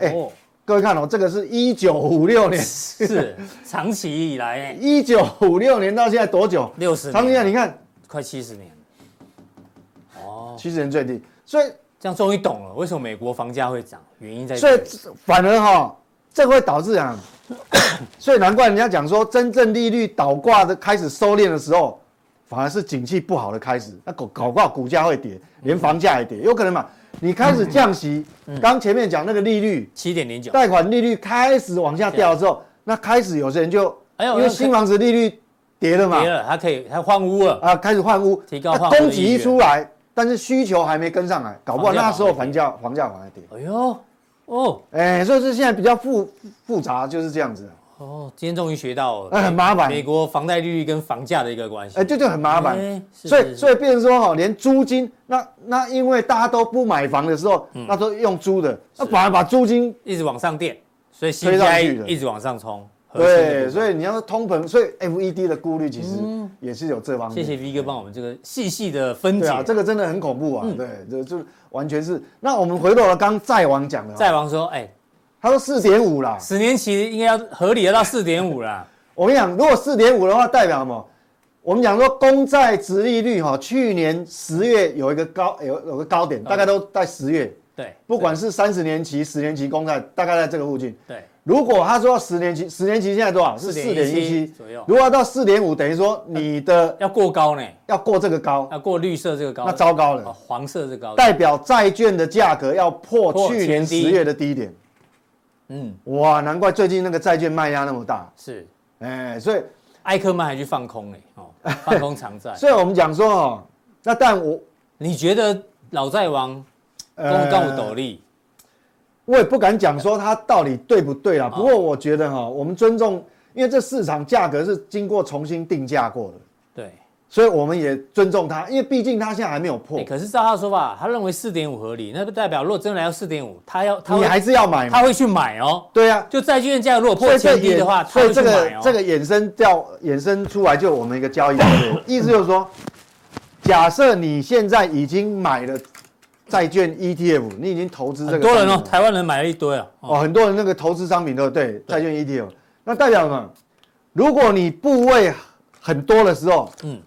Speaker 2: 哎
Speaker 1: 哦，
Speaker 2: 各位看哦，这个是一九五六年，
Speaker 1: 是长期以
Speaker 2: <laughs>
Speaker 1: 来
Speaker 2: 一九五六年到现在多久？
Speaker 1: 六十
Speaker 2: 常年
Speaker 1: 年，
Speaker 2: 你看
Speaker 1: 快七十年了，哦，
Speaker 2: 七十年最低，所以
Speaker 1: 这样终于懂了为什么美国房价会涨，原因在
Speaker 2: 所
Speaker 1: 这
Speaker 2: 以
Speaker 1: 里，
Speaker 2: 反而哈、这会导致啊， <coughs> 所以难怪人家讲说，真正利率倒挂的开始收敛的时候，反而是景气不好的开始，那搞搞不好股价会跌，连房价也跌，有可能嘛？你开始降息，
Speaker 1: 嗯
Speaker 2: 刚前面讲那个利率，
Speaker 1: 七点零九，
Speaker 2: 贷款利率开始往下掉之后，那开始有些人就，
Speaker 1: 哎呦
Speaker 2: 因为新房子利率跌了嘛
Speaker 1: 跌，了，它可以它换屋了，
Speaker 2: 啊，开始换屋，
Speaker 1: 提高
Speaker 2: 那
Speaker 1: 换屋的
Speaker 2: 供给
Speaker 1: 意
Speaker 2: 一
Speaker 1: 愿
Speaker 2: 出来，但是需求还没跟上来，搞不好
Speaker 1: 房价
Speaker 2: 那时候
Speaker 1: 反
Speaker 2: 房
Speaker 1: 而
Speaker 2: 价房价往下跌。
Speaker 1: 哎呦，哦
Speaker 2: 哎、所以是现在比较复复杂，就是这样子，
Speaker 1: 哦，今天终于学到了，
Speaker 2: 哎、很麻烦，
Speaker 1: 美
Speaker 2: 哎、
Speaker 1: 国房贷利率跟房价的一个关系。
Speaker 2: 这就很麻烦。
Speaker 1: 哎是
Speaker 2: 所
Speaker 1: 是
Speaker 2: 以，
Speaker 1: 是
Speaker 2: 所以变成说哈，连租金，那那因为大家都不买房的时候，
Speaker 1: 嗯
Speaker 2: 那都用租的，那反而把租金
Speaker 1: 一直往上垫，所以
Speaker 2: 推上去
Speaker 1: CPI
Speaker 2: 的
Speaker 1: 一直往上冲。核心呃的部
Speaker 2: 对，
Speaker 1: 分
Speaker 2: 所以你要通膨，所以 FED 的顾虑其实也是有这方
Speaker 1: 谢
Speaker 2: 面。
Speaker 1: 谢 V 哥帮我们这个细细的分
Speaker 2: 对
Speaker 1: 解。
Speaker 2: 啊，这个真的很恐怖
Speaker 1: 嗯
Speaker 2: 啊，对，这就完全是。那我们回到了刚债王讲的哦，
Speaker 1: 债王说：“哎，
Speaker 2: 他说四点五啦，
Speaker 1: 十年期应该要合理的到四点五
Speaker 2: <laughs>
Speaker 1: 啦。
Speaker 2: 我们讲，如果四点五的话，代表什么？我们讲说公债值利率哈，去年十月有一个高有有个高点，大概都在十月，”
Speaker 1: 对，
Speaker 2: 不管是三十年期、十年期公债，大概在这个附近。
Speaker 1: 对
Speaker 2: 如果他说十年期，十年期现在多少？是四点一七
Speaker 1: 4.17左右
Speaker 2: 如果要到四点五，等于说你的
Speaker 1: 要过高呢，
Speaker 2: 要过这个高，
Speaker 1: 要过绿色这个高，
Speaker 2: 那糟糕
Speaker 1: 哦
Speaker 2: 了，
Speaker 1: 黄色这个高，
Speaker 2: 代表债券的价格要破
Speaker 1: 破
Speaker 2: 去年
Speaker 1: 前低
Speaker 2: 十月的低点。
Speaker 1: 嗯，
Speaker 2: 哇，难怪最近那个债券卖压那么大。
Speaker 1: 是
Speaker 2: 哎，所以
Speaker 1: 埃克曼还去放空呢，哦，放空长债。
Speaker 2: <laughs> 所以我们讲说哦，那但我
Speaker 1: 你觉得老债王跟
Speaker 2: 呃
Speaker 1: 跟我斗笠？
Speaker 2: 我也不敢讲说它到底对不对啦。
Speaker 1: 哦
Speaker 2: 不过我觉得哈，我们尊重，因为这市场价格是经过重新定价过的，
Speaker 1: 对，
Speaker 2: 所以我们也尊重它，因为毕竟它现在还没有破
Speaker 1: 哎，可是照他的说法，他认为四点五合理，那不代表如果真的来到四点五，他要他
Speaker 2: 你
Speaker 1: 会
Speaker 2: 还是要买嘛
Speaker 1: 他。会去买哦。
Speaker 2: 对呀、啊，
Speaker 1: 就债券价如果
Speaker 2: 所
Speaker 1: 破
Speaker 2: 以这
Speaker 1: 千低
Speaker 2: 也
Speaker 1: 的话，他
Speaker 2: 所
Speaker 1: 会
Speaker 2: 以
Speaker 1: 去
Speaker 2: 这个
Speaker 1: 买哦。
Speaker 2: 这个衍生掉衍生出来就我们一个交易策
Speaker 1: <laughs>
Speaker 2: 略，意思就是说，假设你现在已经买了债券 ETF，你已经投资这个
Speaker 1: 很多人哦，
Speaker 2: 商品了
Speaker 1: 台湾人买了一堆啊。哦
Speaker 2: 哦，很多人那个投资商品都有对债券 ETF，那代表什么？如果你部位很多的时候，
Speaker 1: 嗯，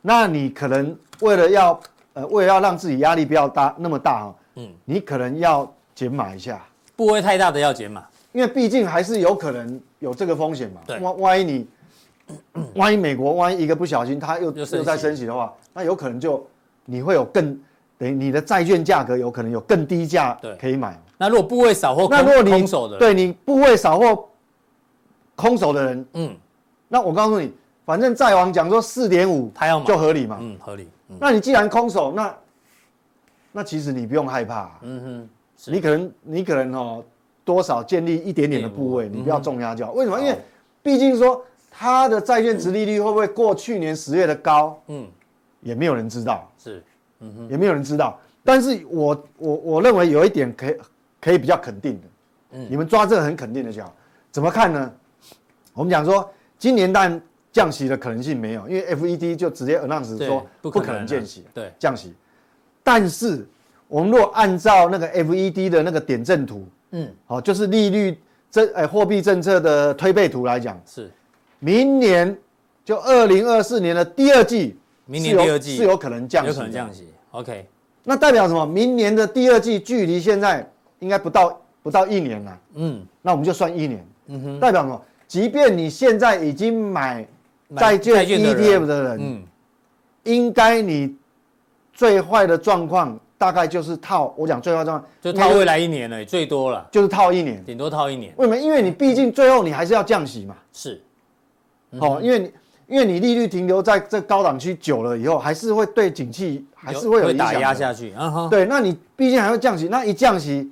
Speaker 2: 那你可能为了要呃为了要让自己压力不要大那么大哈、
Speaker 1: 嗯
Speaker 2: 嗯，你可能要减码一下，
Speaker 1: 部位太大的要减码。
Speaker 2: 因为毕竟还是有可能有这个风险嘛。
Speaker 1: 对
Speaker 2: 万万
Speaker 1: <clears throat>
Speaker 2: 一你万一美国万一一个不小心它又
Speaker 1: 又升息
Speaker 2: 又在升息的话，那有可能就你会有更等于你的债券价格有可能有更低价
Speaker 1: 对
Speaker 2: 可以买。
Speaker 1: 那如果部位少或
Speaker 2: 那如果
Speaker 1: 空
Speaker 2: 你
Speaker 1: 空手的，，
Speaker 2: 对你部位少或空手的人，
Speaker 1: 嗯，
Speaker 2: 那我告诉你，反正债王讲说四点五
Speaker 1: 他要买
Speaker 2: 就合理嘛。
Speaker 1: 嗯，合理，嗯
Speaker 2: 那你既然空手，那那其实你不用害怕、啊
Speaker 1: 嗯哼，是
Speaker 2: 你可能你可能哦多少建立一点点的部位，
Speaker 1: 1.5
Speaker 2: 你不要重压就好。为什么？
Speaker 1: 嗯好
Speaker 2: 因为毕竟说它的债券值利率会不会过去年十月的高，
Speaker 1: 嗯，
Speaker 2: 也没有人知道，
Speaker 1: 是，
Speaker 2: 也没有人知道。但是我我我认为有一点可以可以比较肯定的，
Speaker 1: 嗯
Speaker 2: 你们抓这个很肯定的就好。怎么看呢？我们讲说今年当然降息的可能性没有，因为 FED 就直接 announce
Speaker 1: 对
Speaker 2: 说
Speaker 1: 不
Speaker 2: 不
Speaker 1: 可
Speaker 2: 可
Speaker 1: 能
Speaker 2: 能
Speaker 1: 啊
Speaker 2: 降息，
Speaker 1: 对
Speaker 2: 降息。但是我们如果按照那个 FED 的那个点阵图，
Speaker 1: 嗯，
Speaker 2: 好、就是利率政呃货币政策的推背图来讲，
Speaker 1: 是，
Speaker 2: 明年就二零二四年的第二季，
Speaker 1: 明年
Speaker 2: 是有
Speaker 1: 第二季
Speaker 2: 是有可能降息，啊
Speaker 1: 有可能降。息，OK，
Speaker 2: 那代表什么？明年的第二季距离现在应该不到不到一年了，
Speaker 1: 嗯，
Speaker 2: 那我们就算一年。代表什么？即便你现在已经买
Speaker 1: 买
Speaker 2: 债券
Speaker 1: 的
Speaker 2: ETF
Speaker 1: 人
Speaker 2: 的人，
Speaker 1: 嗯，
Speaker 2: 应该你最坏的状况大概就是套，我讲最坏状况
Speaker 1: 就套未来一年了，最多了，
Speaker 2: 就是套一年。
Speaker 1: 顶多套一年，
Speaker 2: 为什么？因为你毕竟最后你还是要降息嘛，
Speaker 1: 是，嗯
Speaker 2: 哦，因为你因为你利率停留在这高档区久了以后，还是会对景气还是会有影响
Speaker 1: 打
Speaker 2: 的
Speaker 1: 压下去，啊哈，
Speaker 2: 对，那你毕竟还会降息，那一降息，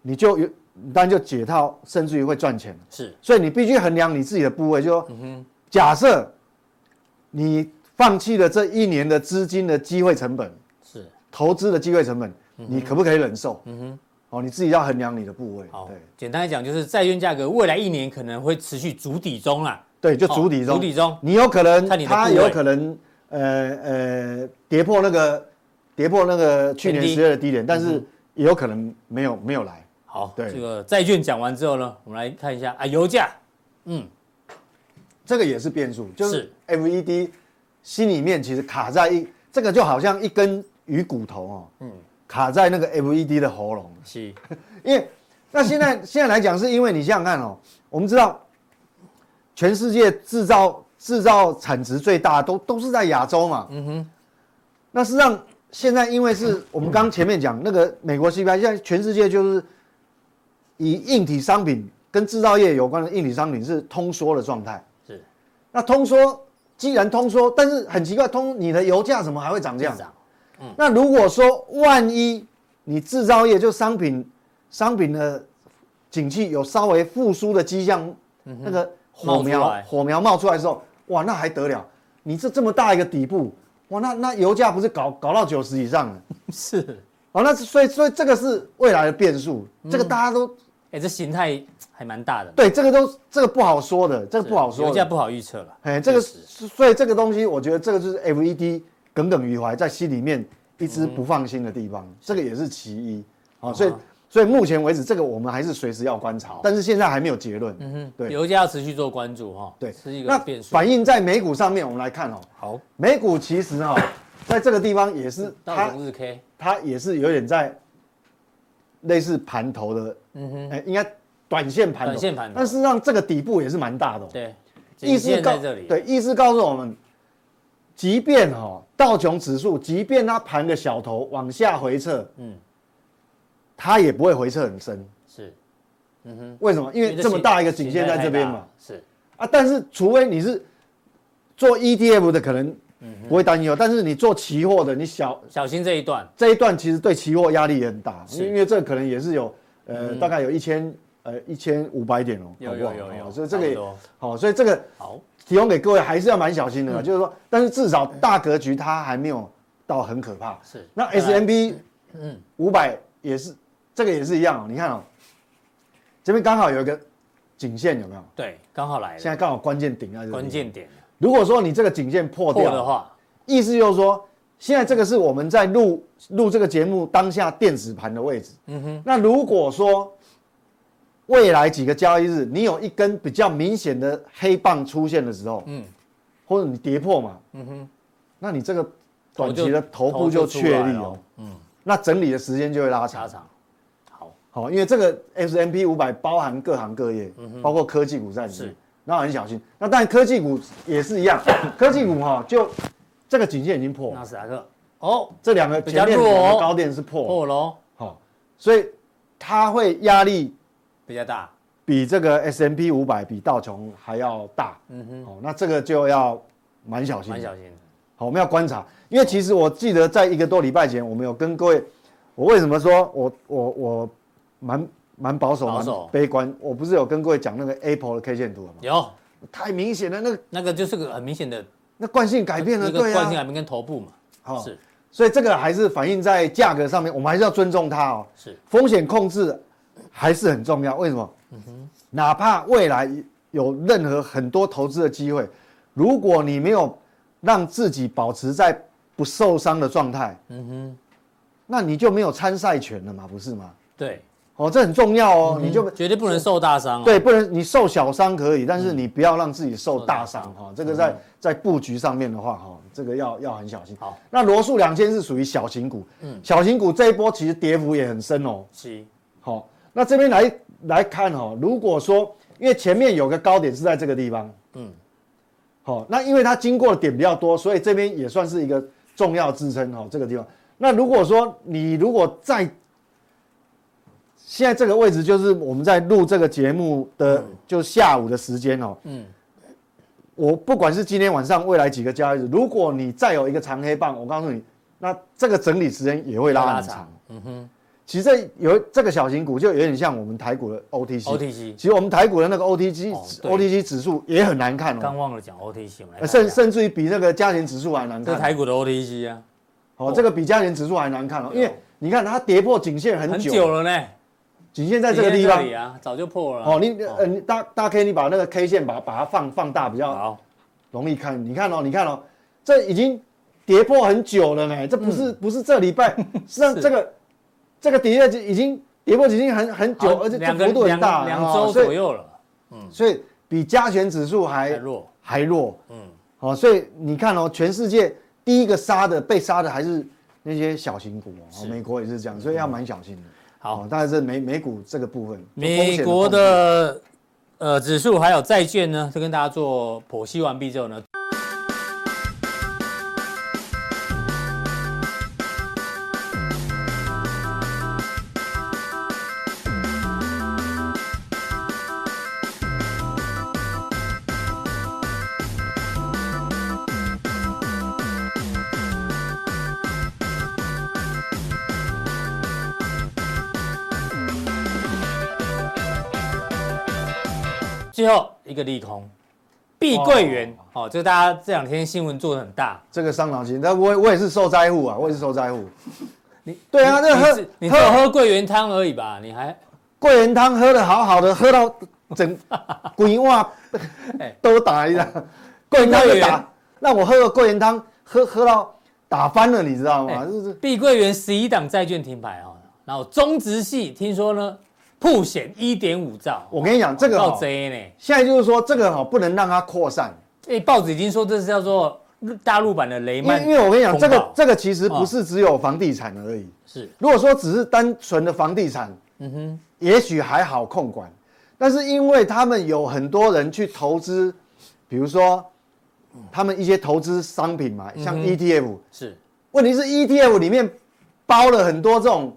Speaker 2: 你就有，你当然就解套，甚至于会赚钱。
Speaker 1: 是，
Speaker 2: 所以你必须衡量你自己的部位，就
Speaker 1: 嗯
Speaker 2: 说，假设你放弃了这一年的资金的机会成本，
Speaker 1: 是，
Speaker 2: 投资的机会成本，你可不可以忍受？嗯哼，哦，你自己要衡量你的部位。
Speaker 1: 好
Speaker 2: 对，
Speaker 1: 简单来讲就是债券价格未来一年可能会持续筑底中啦，
Speaker 2: 对，就
Speaker 1: 哦
Speaker 2: 主体中，
Speaker 1: 筑底中，
Speaker 2: 你有可能
Speaker 1: 看你的部
Speaker 2: 它
Speaker 1: 位
Speaker 2: 有可能呃呃跌破那个跌破那个去年
Speaker 1: 前低嗯
Speaker 2: 十月的低点，但是也有可能没有没有来。
Speaker 1: 好，
Speaker 2: 对
Speaker 1: 这个债券讲完之后呢，我们来看一下啊，油价，嗯，
Speaker 2: 这个也是变数，就是是 FED 心里面其实卡在一，这个就好像一根鱼骨头哦，嗯，卡在那个 FED 的喉咙，
Speaker 1: 是，
Speaker 2: 因为那现 <laughs> 在现在来讲，是因为你想想看哦，我们知道全世界制造制造产值最大都都是在亚洲嘛，嗯哼，那事实上现在因为是我们刚前面讲那个美国 CPI，现在全世界就是以硬体商品跟制造业有关的硬体商品是通缩的状态。
Speaker 1: 是，
Speaker 2: 那通缩既然通缩，但是很奇怪，通你的油价怎么还会涨这样？
Speaker 1: 涨 <laughs>
Speaker 2: 那如果说万一你制造业就商品商品的景气有稍微复苏的迹象，那个
Speaker 1: 嗯
Speaker 2: 火
Speaker 1: 冒出
Speaker 2: 苗
Speaker 1: 来
Speaker 2: 火苗冒出来的时候，哇，那还得了？你这这么大一个底部，哇，那那油价不是搞搞到九十以上了？
Speaker 1: 是，
Speaker 2: 哦，那是所以所以这个是未来的变数，这个大家都
Speaker 1: 哎，这形态还蛮大的，
Speaker 2: 对这个都这个不好说的，这个
Speaker 1: 是
Speaker 2: 不好说
Speaker 1: 油价
Speaker 2: 的。
Speaker 1: 不好预测了，
Speaker 2: 哎，这个
Speaker 1: 确实
Speaker 2: 是所以这个东西，我觉得这个就是 FED 耿耿于怀，在心里面一直不放心的地方，
Speaker 1: 嗯
Speaker 2: 这个也是其一。好、哦所以
Speaker 1: 哦
Speaker 2: 所以目前为止，这个我们还是随时要观察，但是现在还没有结论。嗯哼，对
Speaker 1: 油价要持续做关注哈，
Speaker 2: 对，
Speaker 1: 是一个
Speaker 2: 那
Speaker 1: 变数。
Speaker 2: 反映在美股上面，我们来看哦，
Speaker 1: 好，
Speaker 2: 美股其实
Speaker 1: <laughs>
Speaker 2: 哈、在这个地方也是
Speaker 1: 道
Speaker 2: 它
Speaker 1: 琼日 K
Speaker 2: 它也是有点在类似盘头的，嗯哼，哎、应该短线盘头，
Speaker 1: 短线盘头
Speaker 2: 但事实上这个底部也是蛮大的、哦。
Speaker 1: 对，颈
Speaker 2: 意思
Speaker 1: 线
Speaker 2: 告
Speaker 1: 在这里，
Speaker 2: 对，意思告诉我们，即便哈、道琼指数，即便它盘个小头往下回撤，
Speaker 1: 嗯
Speaker 2: 嗯，它也不会回撤很深。
Speaker 1: 是嗯
Speaker 2: 为什么？因为这么大一个颈线在这边嘛，，
Speaker 1: 形态太大了
Speaker 2: 啊，但是除非你是做 ETF 的，可能
Speaker 1: 嗯
Speaker 2: 不会担忧，但是你做期货的，你小
Speaker 1: 是小心这一段，
Speaker 2: 这一段其实对期货压力也很大，
Speaker 1: 是嗯
Speaker 2: 因为这可能也是有呃、大概有一千呃一千五百点哦，
Speaker 1: 有
Speaker 2: 好不好
Speaker 1: 有？有
Speaker 2: 哦
Speaker 1: 有，
Speaker 2: 所以这个也
Speaker 1: 差不多
Speaker 2: 好，所以这个
Speaker 1: 好，
Speaker 2: 提供给各位还是要蛮小心的啦，
Speaker 1: 嗯
Speaker 2: 就是说，但是至少大格局它还没有到很可怕。
Speaker 1: 是
Speaker 2: 那
Speaker 1: 再
Speaker 2: S
Speaker 1: 来
Speaker 2: M B
Speaker 1: 嗯
Speaker 2: 五百也是这个也是一样哦，你看哦，这边刚好有一个颈线，有没有？
Speaker 1: 对，刚好来
Speaker 2: 现
Speaker 1: 了，
Speaker 2: 在刚好关键顶在这里。
Speaker 1: 关，键点了
Speaker 2: 如果说你这个颈线破
Speaker 1: 破
Speaker 2: 掉
Speaker 1: 的话，
Speaker 2: 意思就是说，现在这个是我们在录录这个节目当下电子盘的位置。
Speaker 1: 嗯哼，
Speaker 2: 那如果说未来几个交易日你有一根比较明显的黑棒出现的时候，
Speaker 1: 嗯
Speaker 2: 或者你跌破嘛，
Speaker 1: 嗯哼，
Speaker 2: 那你这个
Speaker 1: 头
Speaker 2: 短
Speaker 1: 就
Speaker 2: 期的头部就确
Speaker 1: 出来
Speaker 2: 立
Speaker 1: 了
Speaker 2: 哦，，
Speaker 1: 嗯，
Speaker 2: 那整理的时间就会拉
Speaker 1: 加
Speaker 2: 长。
Speaker 1: 长，好，
Speaker 2: 好，因为这个 S M P 五百包含各行各业，包括科技股在里面
Speaker 1: 嗯是，
Speaker 2: 那很小心。那但科技股也是一样，科技股哈、就这个颈线已经破了
Speaker 1: 纳，斯达克，哦，
Speaker 2: 这两个
Speaker 1: 比
Speaker 2: 前
Speaker 1: 较
Speaker 2: 面
Speaker 1: 弱
Speaker 2: 两个
Speaker 1: 哦
Speaker 2: 高点是破，
Speaker 1: 破哦喽，
Speaker 2: 好、所以它会压力
Speaker 1: 比较大，
Speaker 2: 比这个 S M P 五百比道琼还要大，
Speaker 1: 嗯哼，
Speaker 2: 好、那这个就要蛮小心的，
Speaker 1: 蛮小心的，
Speaker 2: 好，我们要观察，因为其实我记得在一个多礼拜前，我们有跟各位，我为什么说我我我蛮蛮保守、
Speaker 1: 保
Speaker 2: 蛮
Speaker 1: 守
Speaker 2: 悲观？我不是有跟各位讲那个 Apple 的 K 线图了吗？
Speaker 1: 有
Speaker 2: 太明显了，那个
Speaker 1: 那个就是个很明显的
Speaker 2: 那惯性改变了，
Speaker 1: 一个
Speaker 2: 对
Speaker 1: 惯性
Speaker 2: 啊，
Speaker 1: 改
Speaker 2: 哦
Speaker 1: 变跟头部嘛，
Speaker 2: 好
Speaker 1: 是
Speaker 2: 所以这个还是反映在价格上面，我们还是要尊重它哦。
Speaker 1: 是，
Speaker 2: 风险控制还是很重要。为什么？哪怕未来有任何很多投资的机会，如果你没有让自己保持在不受伤的状态，
Speaker 1: 嗯哼，
Speaker 2: 那你就没有参赛权了嘛，不是吗？
Speaker 1: 对，
Speaker 2: 哦，这很重要哦，你就
Speaker 1: 嗯绝对不能受大伤哦，
Speaker 2: 对，不能你受小伤可以，但是你不要让自己受大伤
Speaker 1: 受
Speaker 2: 哈、这个在在布局上面的话哈、这个要要很小心。
Speaker 1: 好，
Speaker 2: 那罗素两千是属于小型股，
Speaker 1: 嗯
Speaker 2: 小型股这一波其实跌幅也很深哦。
Speaker 1: 七，
Speaker 2: 好、那这边来来看哦，如果说因为前面有个高点是在这个地方，
Speaker 1: 嗯，
Speaker 2: 好、那因为它经过的点比较多，所以这边也算是一个重要支撑哦，这个地方。那如果说你如果在现在这个位置，就是我们在录这个节目的，就下午的时间哦。
Speaker 1: 嗯，
Speaker 2: 我不管是今天晚上，未来几个交易日，如果你再有一个长黑棒，我告诉你，那这个整理时间也会拉很长。，
Speaker 1: 嗯哼
Speaker 2: 其实这有这个小型股就有点像我们台股的 OTC。
Speaker 1: ，OTC
Speaker 2: 其实我们台股的那个 OTC、
Speaker 1: 哦对
Speaker 2: OTC 指数也很难看
Speaker 1: 刚
Speaker 2: 哦，
Speaker 1: 忘了讲 OTC，我们来看一
Speaker 2: 呃甚
Speaker 1: 下
Speaker 2: 甚至于比那个加权指数还难
Speaker 1: 这
Speaker 2: 看。
Speaker 1: 是台股的 OTC 啊，
Speaker 2: 哦，这个比加权指数还难看哦，因
Speaker 1: 对
Speaker 2: 为
Speaker 1: 哦
Speaker 2: 你看它跌破颈线
Speaker 1: 很
Speaker 2: 很
Speaker 1: 久
Speaker 2: 久，
Speaker 1: 了呢，
Speaker 2: 颈线在这个地
Speaker 1: 今天
Speaker 2: 方
Speaker 1: 里。啊，早就破了啊。
Speaker 2: 哦，你呃，你大大 K，你把那个 K 线把把它放放大，比较
Speaker 1: 好，
Speaker 2: 容易看。你看哦，你看哦，这已经跌破很久了呢，这不是不是这
Speaker 1: <laughs>
Speaker 2: 礼拜，是让
Speaker 1: 嗯是
Speaker 2: 这个这个跌就已经跌破已经很很久，
Speaker 1: 好
Speaker 2: 而且这
Speaker 1: 两个
Speaker 2: 幅度很大，
Speaker 1: 两
Speaker 2: 哦
Speaker 1: 两周左
Speaker 2: 所以哎
Speaker 1: 右了，
Speaker 2: 所以比加权指数
Speaker 1: 太
Speaker 2: 还
Speaker 1: 弱，
Speaker 2: 还弱。
Speaker 1: 嗯，
Speaker 2: 哦，所以你看哦，全世界第一个杀的被杀的还是那些小型股哦，哦美国也是这样，所以要蛮小心的。
Speaker 1: 嗯好
Speaker 2: 哦，，当然是美美股这个部分，
Speaker 1: 美国的呃指数还有债券呢，就跟大家做剖析完毕之后呢，最后一个利空，碧桂园，哦，这个大家这两天新闻做的很大，
Speaker 2: 这个伤脑筋。但我我也是受灾户啊，我也是受
Speaker 1: <laughs>
Speaker 2: 灾户。
Speaker 1: 你
Speaker 2: 对啊，
Speaker 1: 你你
Speaker 2: 那
Speaker 1: 只
Speaker 2: 喝
Speaker 1: 你只有
Speaker 2: 喝
Speaker 1: 喝桂圆汤而已吧，你还
Speaker 2: 桂圆汤喝的好好的，喝到
Speaker 1: <laughs>
Speaker 2: 整鬼哇
Speaker 1: 哎
Speaker 2: 都打一下， <laughs> 桂圆汤就打，让我喝个桂圆汤，喝喝到打翻了，你知道吗？
Speaker 1: 哎
Speaker 2: 就是
Speaker 1: 碧桂园十一档债券停牌哦，然后中植系听说呢，破险一点五兆，
Speaker 2: 我跟你讲，这个
Speaker 1: 到
Speaker 2: 哦
Speaker 1: 贼呢。
Speaker 2: 现在就是说这个哈不能让它扩散。
Speaker 1: 哎，报纸已经说这是叫做大陆版的雷
Speaker 2: 因为
Speaker 1: 曼
Speaker 2: 因为我跟你讲，这
Speaker 1: 风暴哦
Speaker 2: 个这个其实不是只有房地产而已。
Speaker 1: 是，
Speaker 2: 如果说只是单纯的房地产，
Speaker 1: 嗯哼，
Speaker 2: 也许还好控管，但是因为他们有很多人去投资，比如说他们一些投资商品
Speaker 1: 嗯
Speaker 2: 嘛，像 ETF，、
Speaker 1: 是，
Speaker 2: 问题是 ETF 里面包了很多这种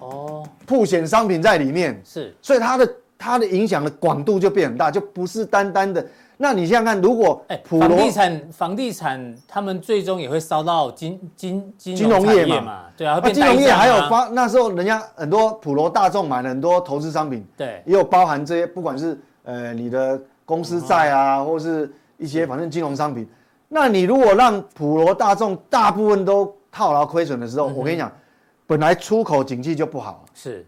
Speaker 1: 哦，
Speaker 2: 破险商品在里面，
Speaker 1: 是，
Speaker 2: 所以它的它的影响的广度就变很大，就不是单单的。那你想想看，如果
Speaker 1: 哎，
Speaker 2: 普
Speaker 1: 房
Speaker 2: 罗
Speaker 1: 地产房地产他们最终也会烧到金金金
Speaker 2: 金融
Speaker 1: 产
Speaker 2: 业
Speaker 1: 业
Speaker 2: 嘛
Speaker 1: 嘛，对啊，会
Speaker 2: 啊，
Speaker 1: 变
Speaker 2: 金融
Speaker 1: 呆
Speaker 2: 业
Speaker 1: 账
Speaker 2: 还有
Speaker 1: 啊
Speaker 2: 发那时候人家很多普罗大众买了很多投资商品，
Speaker 1: 对
Speaker 2: 也有包含这些，不管是呃你的公司债
Speaker 1: 哦
Speaker 2: 啊，或是一些反正金融商品。那你如果让普罗大众大部分都套牢亏损的时
Speaker 1: 嗯
Speaker 2: 候，我跟你讲，本来出口景气就不好，
Speaker 1: 是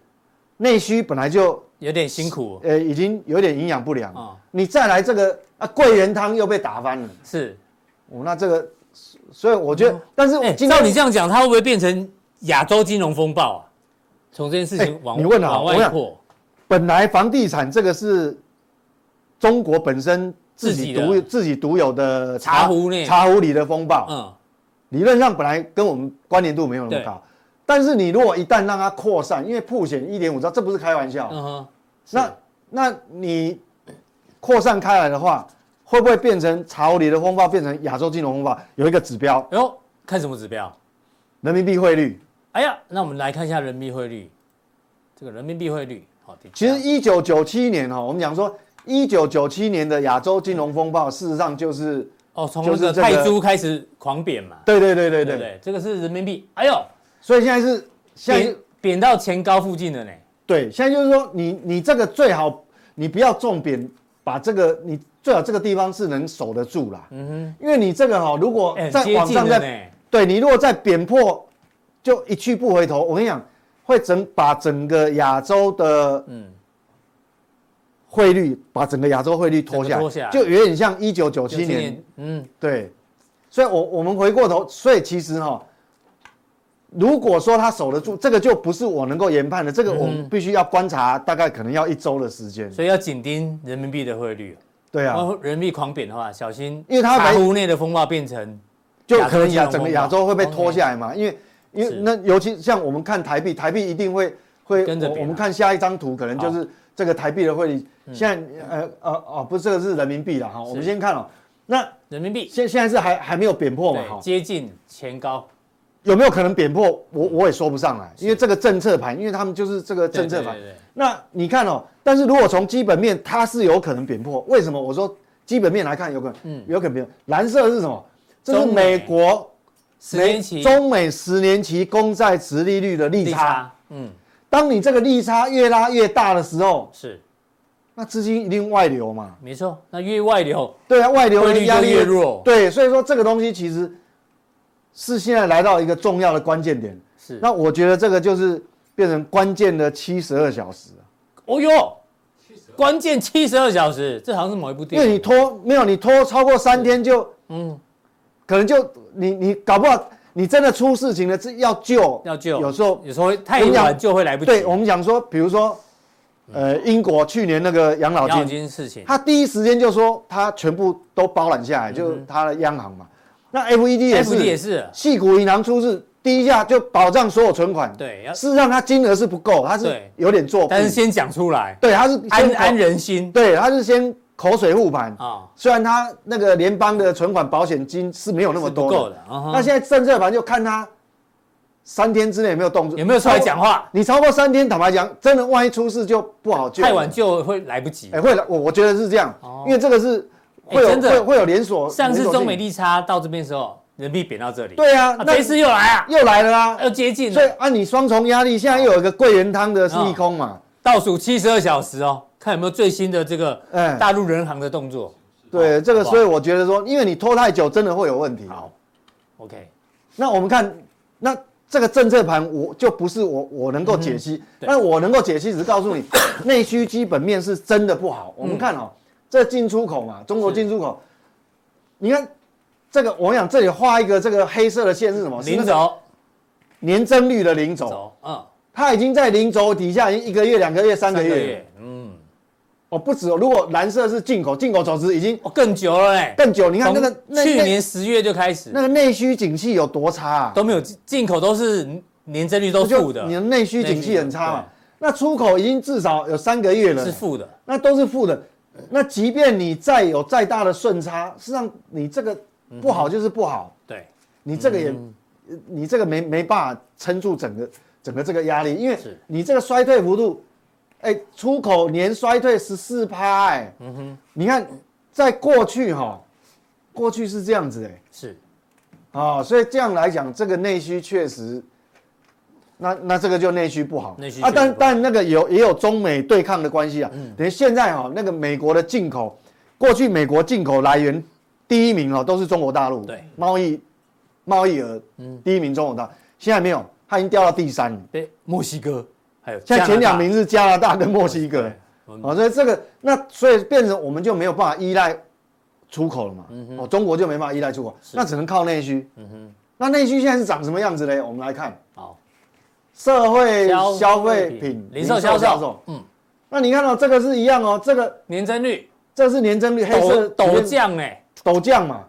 Speaker 2: 内需本来就
Speaker 1: 有点辛苦，
Speaker 2: 呃已经有点营养不良，
Speaker 1: 哦
Speaker 2: 你再来这个啊桂圆汤又被打翻了，
Speaker 1: 是。
Speaker 2: 哦，那这个，所以我觉得，但是
Speaker 1: 哎，
Speaker 2: 今
Speaker 1: 照
Speaker 2: 天
Speaker 1: 你这样讲，它会不会变成亚洲金融风暴啊？从这件事
Speaker 2: 哎
Speaker 1: 情往
Speaker 2: 你问啊
Speaker 1: 往
Speaker 2: 我
Speaker 1: 外
Speaker 2: 想
Speaker 1: 扩，
Speaker 2: 本来房地产这个是中国本身自
Speaker 1: 自
Speaker 2: 己
Speaker 1: 己的
Speaker 2: 独有自己独有的
Speaker 1: 茶壶内
Speaker 2: 茶壶里的风暴，
Speaker 1: 嗯，
Speaker 2: 理论上本来跟我们关联度没有那么
Speaker 1: 对
Speaker 2: 高，但是你如果一旦让它扩散，因为破险一点五兆，这不是开玩笑，
Speaker 1: 嗯哼，
Speaker 2: 那那你扩散开来的话，会不会变成茶壶里的风暴，变成亚洲金融风暴？有一个指标，
Speaker 1: 哎呦，看什么指标？
Speaker 2: 人民币汇率。
Speaker 1: 哎呀，那我们来看一下人民币汇率，这个人民币汇率，好，底
Speaker 2: 其
Speaker 1: 下
Speaker 2: 实一九九七年哈，我们讲说一九九七年的亚洲金融风暴，事实上就是
Speaker 1: 哦，从
Speaker 2: 就
Speaker 1: 那
Speaker 2: 是
Speaker 1: 个
Speaker 2: 这个
Speaker 1: 泰铢开始狂贬嘛，
Speaker 2: 对对对对
Speaker 1: 对不
Speaker 2: 对，
Speaker 1: 对？这个是人民币，哎呦，
Speaker 2: 所以现在是现在
Speaker 1: 贬
Speaker 2: 是
Speaker 1: 贬到前高附近了呢，
Speaker 2: 对，现在就是说你你这个最好你不要重贬，把这个你最好这个地方是能守得住啦，
Speaker 1: 嗯
Speaker 2: 因为你这个哈、如果
Speaker 1: 哼，哎，
Speaker 2: 哦在
Speaker 1: 很接
Speaker 2: 往
Speaker 1: 近
Speaker 2: 上
Speaker 1: 了
Speaker 2: 再
Speaker 1: 呢，
Speaker 2: 对你如果再贬破，就一去不回头。我跟你讲，会整把整个亚洲的
Speaker 1: 嗯，
Speaker 2: 汇率，把整个亚洲汇率拖下
Speaker 1: 整
Speaker 2: 来，
Speaker 1: 个拖下来
Speaker 2: 就有点像一九九七
Speaker 1: 97
Speaker 2: 年，
Speaker 1: 嗯，
Speaker 2: 对，所以我我们回过头，所以其实哈、如果说他守得住，这个就不是我能够研判的，这个我们必须要观察，大概可能要一周的时间。
Speaker 1: 所以要紧盯人民币的汇率，
Speaker 2: 对
Speaker 1: 然
Speaker 2: 啊，
Speaker 1: 后人民币狂贬的话，小心，
Speaker 2: 因为它
Speaker 1: 茶
Speaker 2: 本
Speaker 1: 壶内的风暴变成
Speaker 2: 就可能
Speaker 1: 亚
Speaker 2: 亚
Speaker 1: 洲金融风暴
Speaker 2: 整个亚洲会被拖下来嘛，因为因为
Speaker 1: 是
Speaker 2: 那尤其像我们看台币，台币一定会会，
Speaker 1: 跟着
Speaker 2: 我
Speaker 1: 贬啊
Speaker 2: 我们看下一张图，可能就是这个台币的汇率。现在呃呃哦，不是这个是人民币了哈，我们先看哦，那
Speaker 1: 人民币
Speaker 2: 现现在是还还没有贬破嘛哈
Speaker 1: 对，接近前高，
Speaker 2: 有没有可能贬破？我
Speaker 1: 嗯
Speaker 2: 我也说不上来，因为这个政策盘，因为他们就是这个政策盘
Speaker 1: 对。对对对
Speaker 2: 那你看哦，但是如果从基本面，它是有可能贬破。为什么？我说基本面来看，有可能，有可能贬破。蓝色是什么？这是
Speaker 1: 嗯中美
Speaker 2: 美国
Speaker 1: 十年期
Speaker 2: 美中美十年期公债值利率的利
Speaker 1: 利
Speaker 2: 差。
Speaker 1: 差，嗯，
Speaker 2: 当你这个利差越拉越大的时候，
Speaker 1: 是
Speaker 2: 那资金一定外流嘛？
Speaker 1: 没错。那越外流，
Speaker 2: 对啊，外流
Speaker 1: 汇
Speaker 2: 的
Speaker 1: 率
Speaker 2: 压
Speaker 1: 就
Speaker 2: 力
Speaker 1: 越弱
Speaker 2: 对，所以说这个东西其实是现在来到一个重要的关键点。
Speaker 1: 是
Speaker 2: 那我觉得这个就是变成关键的七十二小时，啊
Speaker 1: 哦哟，关键七十二小时，这好像是某一部
Speaker 2: 因
Speaker 1: 电
Speaker 2: 为
Speaker 1: 影。
Speaker 2: 你拖没有你拖超过三天就
Speaker 1: 嗯，
Speaker 2: 可能就你你搞不好你真的出事情了，这要救
Speaker 1: 要救，
Speaker 2: 有时候
Speaker 1: 有时候太
Speaker 2: 我们讲
Speaker 1: 晚就会来不及。嗯
Speaker 2: 对我们讲说，比如说呃英国去年那个养老
Speaker 1: 养老
Speaker 2: 金，
Speaker 1: 金事情，
Speaker 2: 他第一时间就说他全部都包揽下来，
Speaker 1: 嗯
Speaker 2: 就是他的央行嘛，那 FED 也
Speaker 1: FD E 也
Speaker 2: 是，
Speaker 1: 是，
Speaker 2: 系股银行出事。第一下就保障所有存款，
Speaker 1: 对要
Speaker 2: 事实上它金额是不够，它是
Speaker 1: 对
Speaker 2: 有点做，
Speaker 1: 但是先讲出来，
Speaker 2: 对，它是
Speaker 1: 安
Speaker 2: 先
Speaker 1: 安人心
Speaker 2: 对，他是先口水护盘
Speaker 1: 啊、哦，
Speaker 2: 虽然他那个联邦的存款保险金是没有那么
Speaker 1: 是不
Speaker 2: 多
Speaker 1: 够
Speaker 2: 的，
Speaker 1: 的。嗯哼
Speaker 2: 那现在政策盘就看他三天之内有没有动作，
Speaker 1: 有没有出来讲
Speaker 2: 话？
Speaker 1: 话？
Speaker 2: 你超过三天，坦白讲，真的万一出事就不好救了。
Speaker 1: 太晚就会来不及。
Speaker 2: 哎，会了，我我觉得是这样，因为这个是
Speaker 1: 哎
Speaker 2: 会有
Speaker 1: 真的
Speaker 2: 会会有连锁。
Speaker 1: 上次
Speaker 2: 连锁性
Speaker 1: 中美利差到这边的时候，人民币贬到这里，
Speaker 2: 对啊，
Speaker 1: 啊，
Speaker 2: 那
Speaker 1: 这次又来啊，
Speaker 2: 又来了啊，
Speaker 1: 又接近
Speaker 2: 所以
Speaker 1: 了，
Speaker 2: 按你双重压力，现在又有一个桂圆汤
Speaker 1: 哦
Speaker 2: 的是利空嘛，
Speaker 1: 倒数七十二小时哦，看有没有最新的这个
Speaker 2: 嗯，
Speaker 1: 大陆人行的动作。
Speaker 2: 对，
Speaker 1: 好
Speaker 2: 这个
Speaker 1: 好不好
Speaker 2: 所以我觉得说，因为你拖太久，真的会有问题。
Speaker 1: 好，OK，
Speaker 2: 那我们看，那这个政策盘，我就不是我我能够解析，
Speaker 1: 对
Speaker 2: 但我能够解析只是告 <coughs> 诉你，内需基本面是真的不好。我们看哦，这进出口嘛，中国进出口，你看这个，我想这里画一个这个黑哦色的哦线是什么？是那
Speaker 1: 临
Speaker 2: 个
Speaker 1: 走
Speaker 2: 年增率的零轴，
Speaker 1: 走，嗯，
Speaker 2: 它已经在零轴底下已经一个月、两个月、三个月。，
Speaker 1: 嗯，
Speaker 2: 哦，不止哦，如果蓝色是进口，进口走资已经
Speaker 1: 哦，更久了嘞。
Speaker 2: 更久。你看那个
Speaker 1: 从
Speaker 2: 那
Speaker 1: 去
Speaker 2: 那
Speaker 1: 年十月就开始，
Speaker 2: 那个内需景气有多差啊？
Speaker 1: 都没有进进口都是年增率都
Speaker 2: 就
Speaker 1: 负的，
Speaker 2: 你的内需景气很差嘛
Speaker 1: 对。
Speaker 2: 那出口已经至少有三个月了
Speaker 1: 是，负的，
Speaker 2: 那都是负的。那即便你再有再大的顺差，事实上你这个不
Speaker 1: 嗯
Speaker 2: 好就是不好，
Speaker 1: 对，
Speaker 2: 你这个
Speaker 1: 嗯
Speaker 2: 也，呃你这个没没办法撑住整个整个这个压力，因为
Speaker 1: 是
Speaker 2: 你这个衰退
Speaker 1: 嗯
Speaker 2: 幅度，哎，出口年衰退十四趴，哎，你看在过去哈，过去是这样子哎，
Speaker 1: 是
Speaker 2: 啊，所以这样来讲，这个内需确实，那那这个就内需不好，
Speaker 1: 内需确
Speaker 2: 啊，
Speaker 1: 实
Speaker 2: 但
Speaker 1: 不好嗯
Speaker 2: 但那个有也有中美对抗的关系啊，等于现在哈、那个美国的进口，过去美国进口来源第一名哦都是中国大陆，
Speaker 1: 对，嗯
Speaker 2: 贸易贸易额第一名中国大，陆，现在没有，它已经掉到第三了，
Speaker 1: 被墨西哥还有
Speaker 2: 现在前
Speaker 1: 加拿大
Speaker 2: 两名是加拿大跟墨西哥，
Speaker 1: 我们
Speaker 2: 哦，所以这个那所以变成我们就没有办法依赖出口了嘛，
Speaker 1: 嗯
Speaker 2: 哦，中国就没办法依赖出口，那只能靠内需。那内需现在是长什么样子嘞？我们来看
Speaker 1: 好
Speaker 2: 社会
Speaker 1: 消
Speaker 2: 消
Speaker 1: 费
Speaker 2: 费品
Speaker 1: 品零售销售，
Speaker 2: 嗯，那你看到这个是一样哦，这个
Speaker 1: 年增率
Speaker 2: 这是年增率黑色
Speaker 1: 陡陡
Speaker 2: 里面
Speaker 1: 降哎，
Speaker 2: 陡降嘛，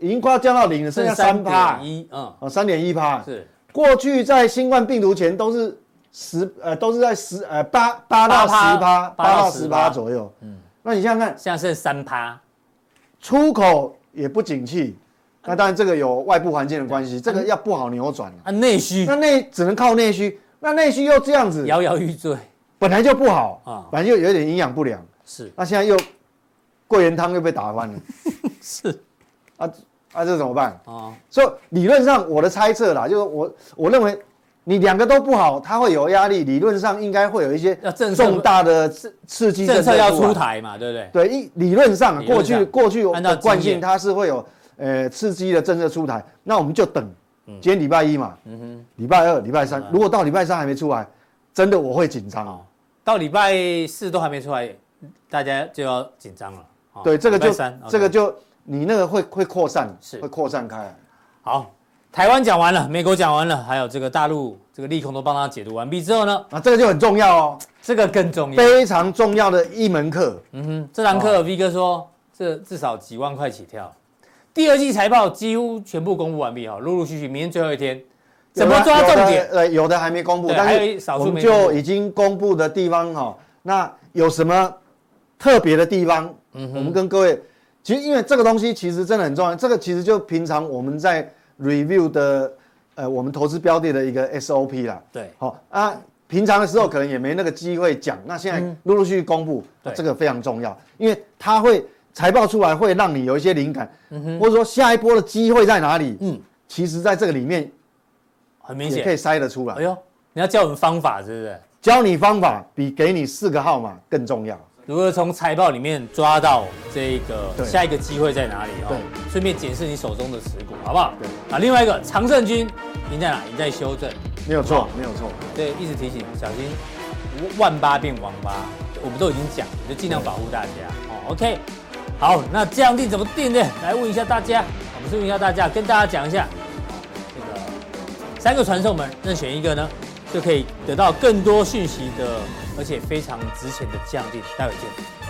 Speaker 2: 已经快要降到零了，剩下三趴
Speaker 1: 点，一，嗯，
Speaker 2: 哦，三点一趴，
Speaker 1: 是
Speaker 2: 过去在新冠病毒前都是十呃都是在十呃八八到
Speaker 1: 八
Speaker 2: 十
Speaker 1: 趴
Speaker 2: 趴，
Speaker 1: 八到
Speaker 2: 八到
Speaker 1: 10
Speaker 2: 十
Speaker 1: 趴
Speaker 2: 趴左右。嗯，那你想想看，
Speaker 1: 现在剩三趴，
Speaker 2: 出口也不景气，那当然这个有外部环境的
Speaker 1: 嗯
Speaker 2: 关系，这个要不好扭转啊
Speaker 1: 啊，内需
Speaker 2: 那内只能靠内需，那内需又这样子，
Speaker 1: 摇摇欲坠，
Speaker 2: 本来就不好
Speaker 1: 啊
Speaker 2: 啊，本来就有点营养不良，
Speaker 1: 是
Speaker 2: 那现在又桂圆汤又被打翻了，
Speaker 1: <laughs> 是
Speaker 2: 啊啊，这怎么办？
Speaker 1: 啊，
Speaker 2: 所以理论上我的猜测啦，就是我我认为你两个都不好，它会有压力，理论上应该会有一些
Speaker 1: 要政策
Speaker 2: 重大的刺刺激
Speaker 1: 政策
Speaker 2: 出
Speaker 1: 要
Speaker 2: 来
Speaker 1: 出台嘛，对不对？
Speaker 2: 对，一理论上
Speaker 1: 理
Speaker 2: 过
Speaker 1: 论上
Speaker 2: 去过去
Speaker 1: 按照
Speaker 2: 的惯
Speaker 1: 经
Speaker 2: 性
Speaker 1: 验
Speaker 2: 它是会有呃刺激的政策出台，那我们就等，
Speaker 1: 嗯
Speaker 2: 今天礼拜一嘛，礼拜二、礼拜三，如果到礼拜三还没出来，真的我会紧张哦。
Speaker 1: 到礼拜四都还没出来，大家就要紧张了。哦
Speaker 2: 对，这个
Speaker 1: 礼
Speaker 2: 就
Speaker 1: 拜三
Speaker 2: 这个
Speaker 1: OK
Speaker 2: 就你那个会会扩散，
Speaker 1: 是
Speaker 2: 会扩散开来。
Speaker 1: 好。台湾讲完了，美国讲完了，还有这个大陆这个利空都帮他解读完毕之后呢，
Speaker 2: 啊，这个就很重要哦，
Speaker 1: 这个更重要。
Speaker 2: 非常重要的一门课。
Speaker 1: 嗯哼，这堂
Speaker 2: 哦
Speaker 1: 课 V 哥说，这至少几万块起跳。第二季财报几乎全部公布完毕哈，陆陆续续，明天最后一天，怎么抓重
Speaker 2: 有
Speaker 1: 点
Speaker 2: 的？？呃，有的还没公布，
Speaker 1: 对
Speaker 2: 但
Speaker 1: 还有一
Speaker 2: 是
Speaker 1: 少数
Speaker 2: 我们
Speaker 1: 没公布
Speaker 2: 就已经公布的地方哈、哦那有什么特别的地方？
Speaker 1: 嗯
Speaker 2: 我们跟各位，其实因为这个东西其实真的很重要，这个其实就平常我们在 review 的，呃，我们投资标的的一个 SOP 啦。
Speaker 1: 对，
Speaker 2: 好、啊，平常的时候可能也没那个机会讲，那现在陆陆续续公布，
Speaker 1: 嗯对
Speaker 2: 这个非常重要，因为它会财报出来会让你有一些灵感，或者说下一波的机会在哪里？
Speaker 1: 嗯
Speaker 2: 嗯，其实在这个里面
Speaker 1: 很明
Speaker 2: 也可以
Speaker 1: 显。
Speaker 2: 筛得出来
Speaker 1: 哎。呦，你要教我们方法是不是？
Speaker 2: 教你方法比给你四个号码更重要。
Speaker 1: 如何从财报里面抓到这个
Speaker 2: 对
Speaker 1: 下一个机会在哪里哦？
Speaker 2: 对
Speaker 1: 顺便检视你手中的持股，好不好？
Speaker 2: 对
Speaker 1: 啊，另外一个常胜军赢在哪？赢在修正。
Speaker 2: 没有错，没有错。
Speaker 1: 对，一直提醒小心万八变王八，我们都已经讲，了，就尽量保护大家哦。OK，好，那这样定怎么定呢？来问一下大家，哦我们是问一下大家，跟大家讲一下，哦这个三个传送门任选一个呢，就可以得到更多讯息的，而且非常值钱的降定。待会见。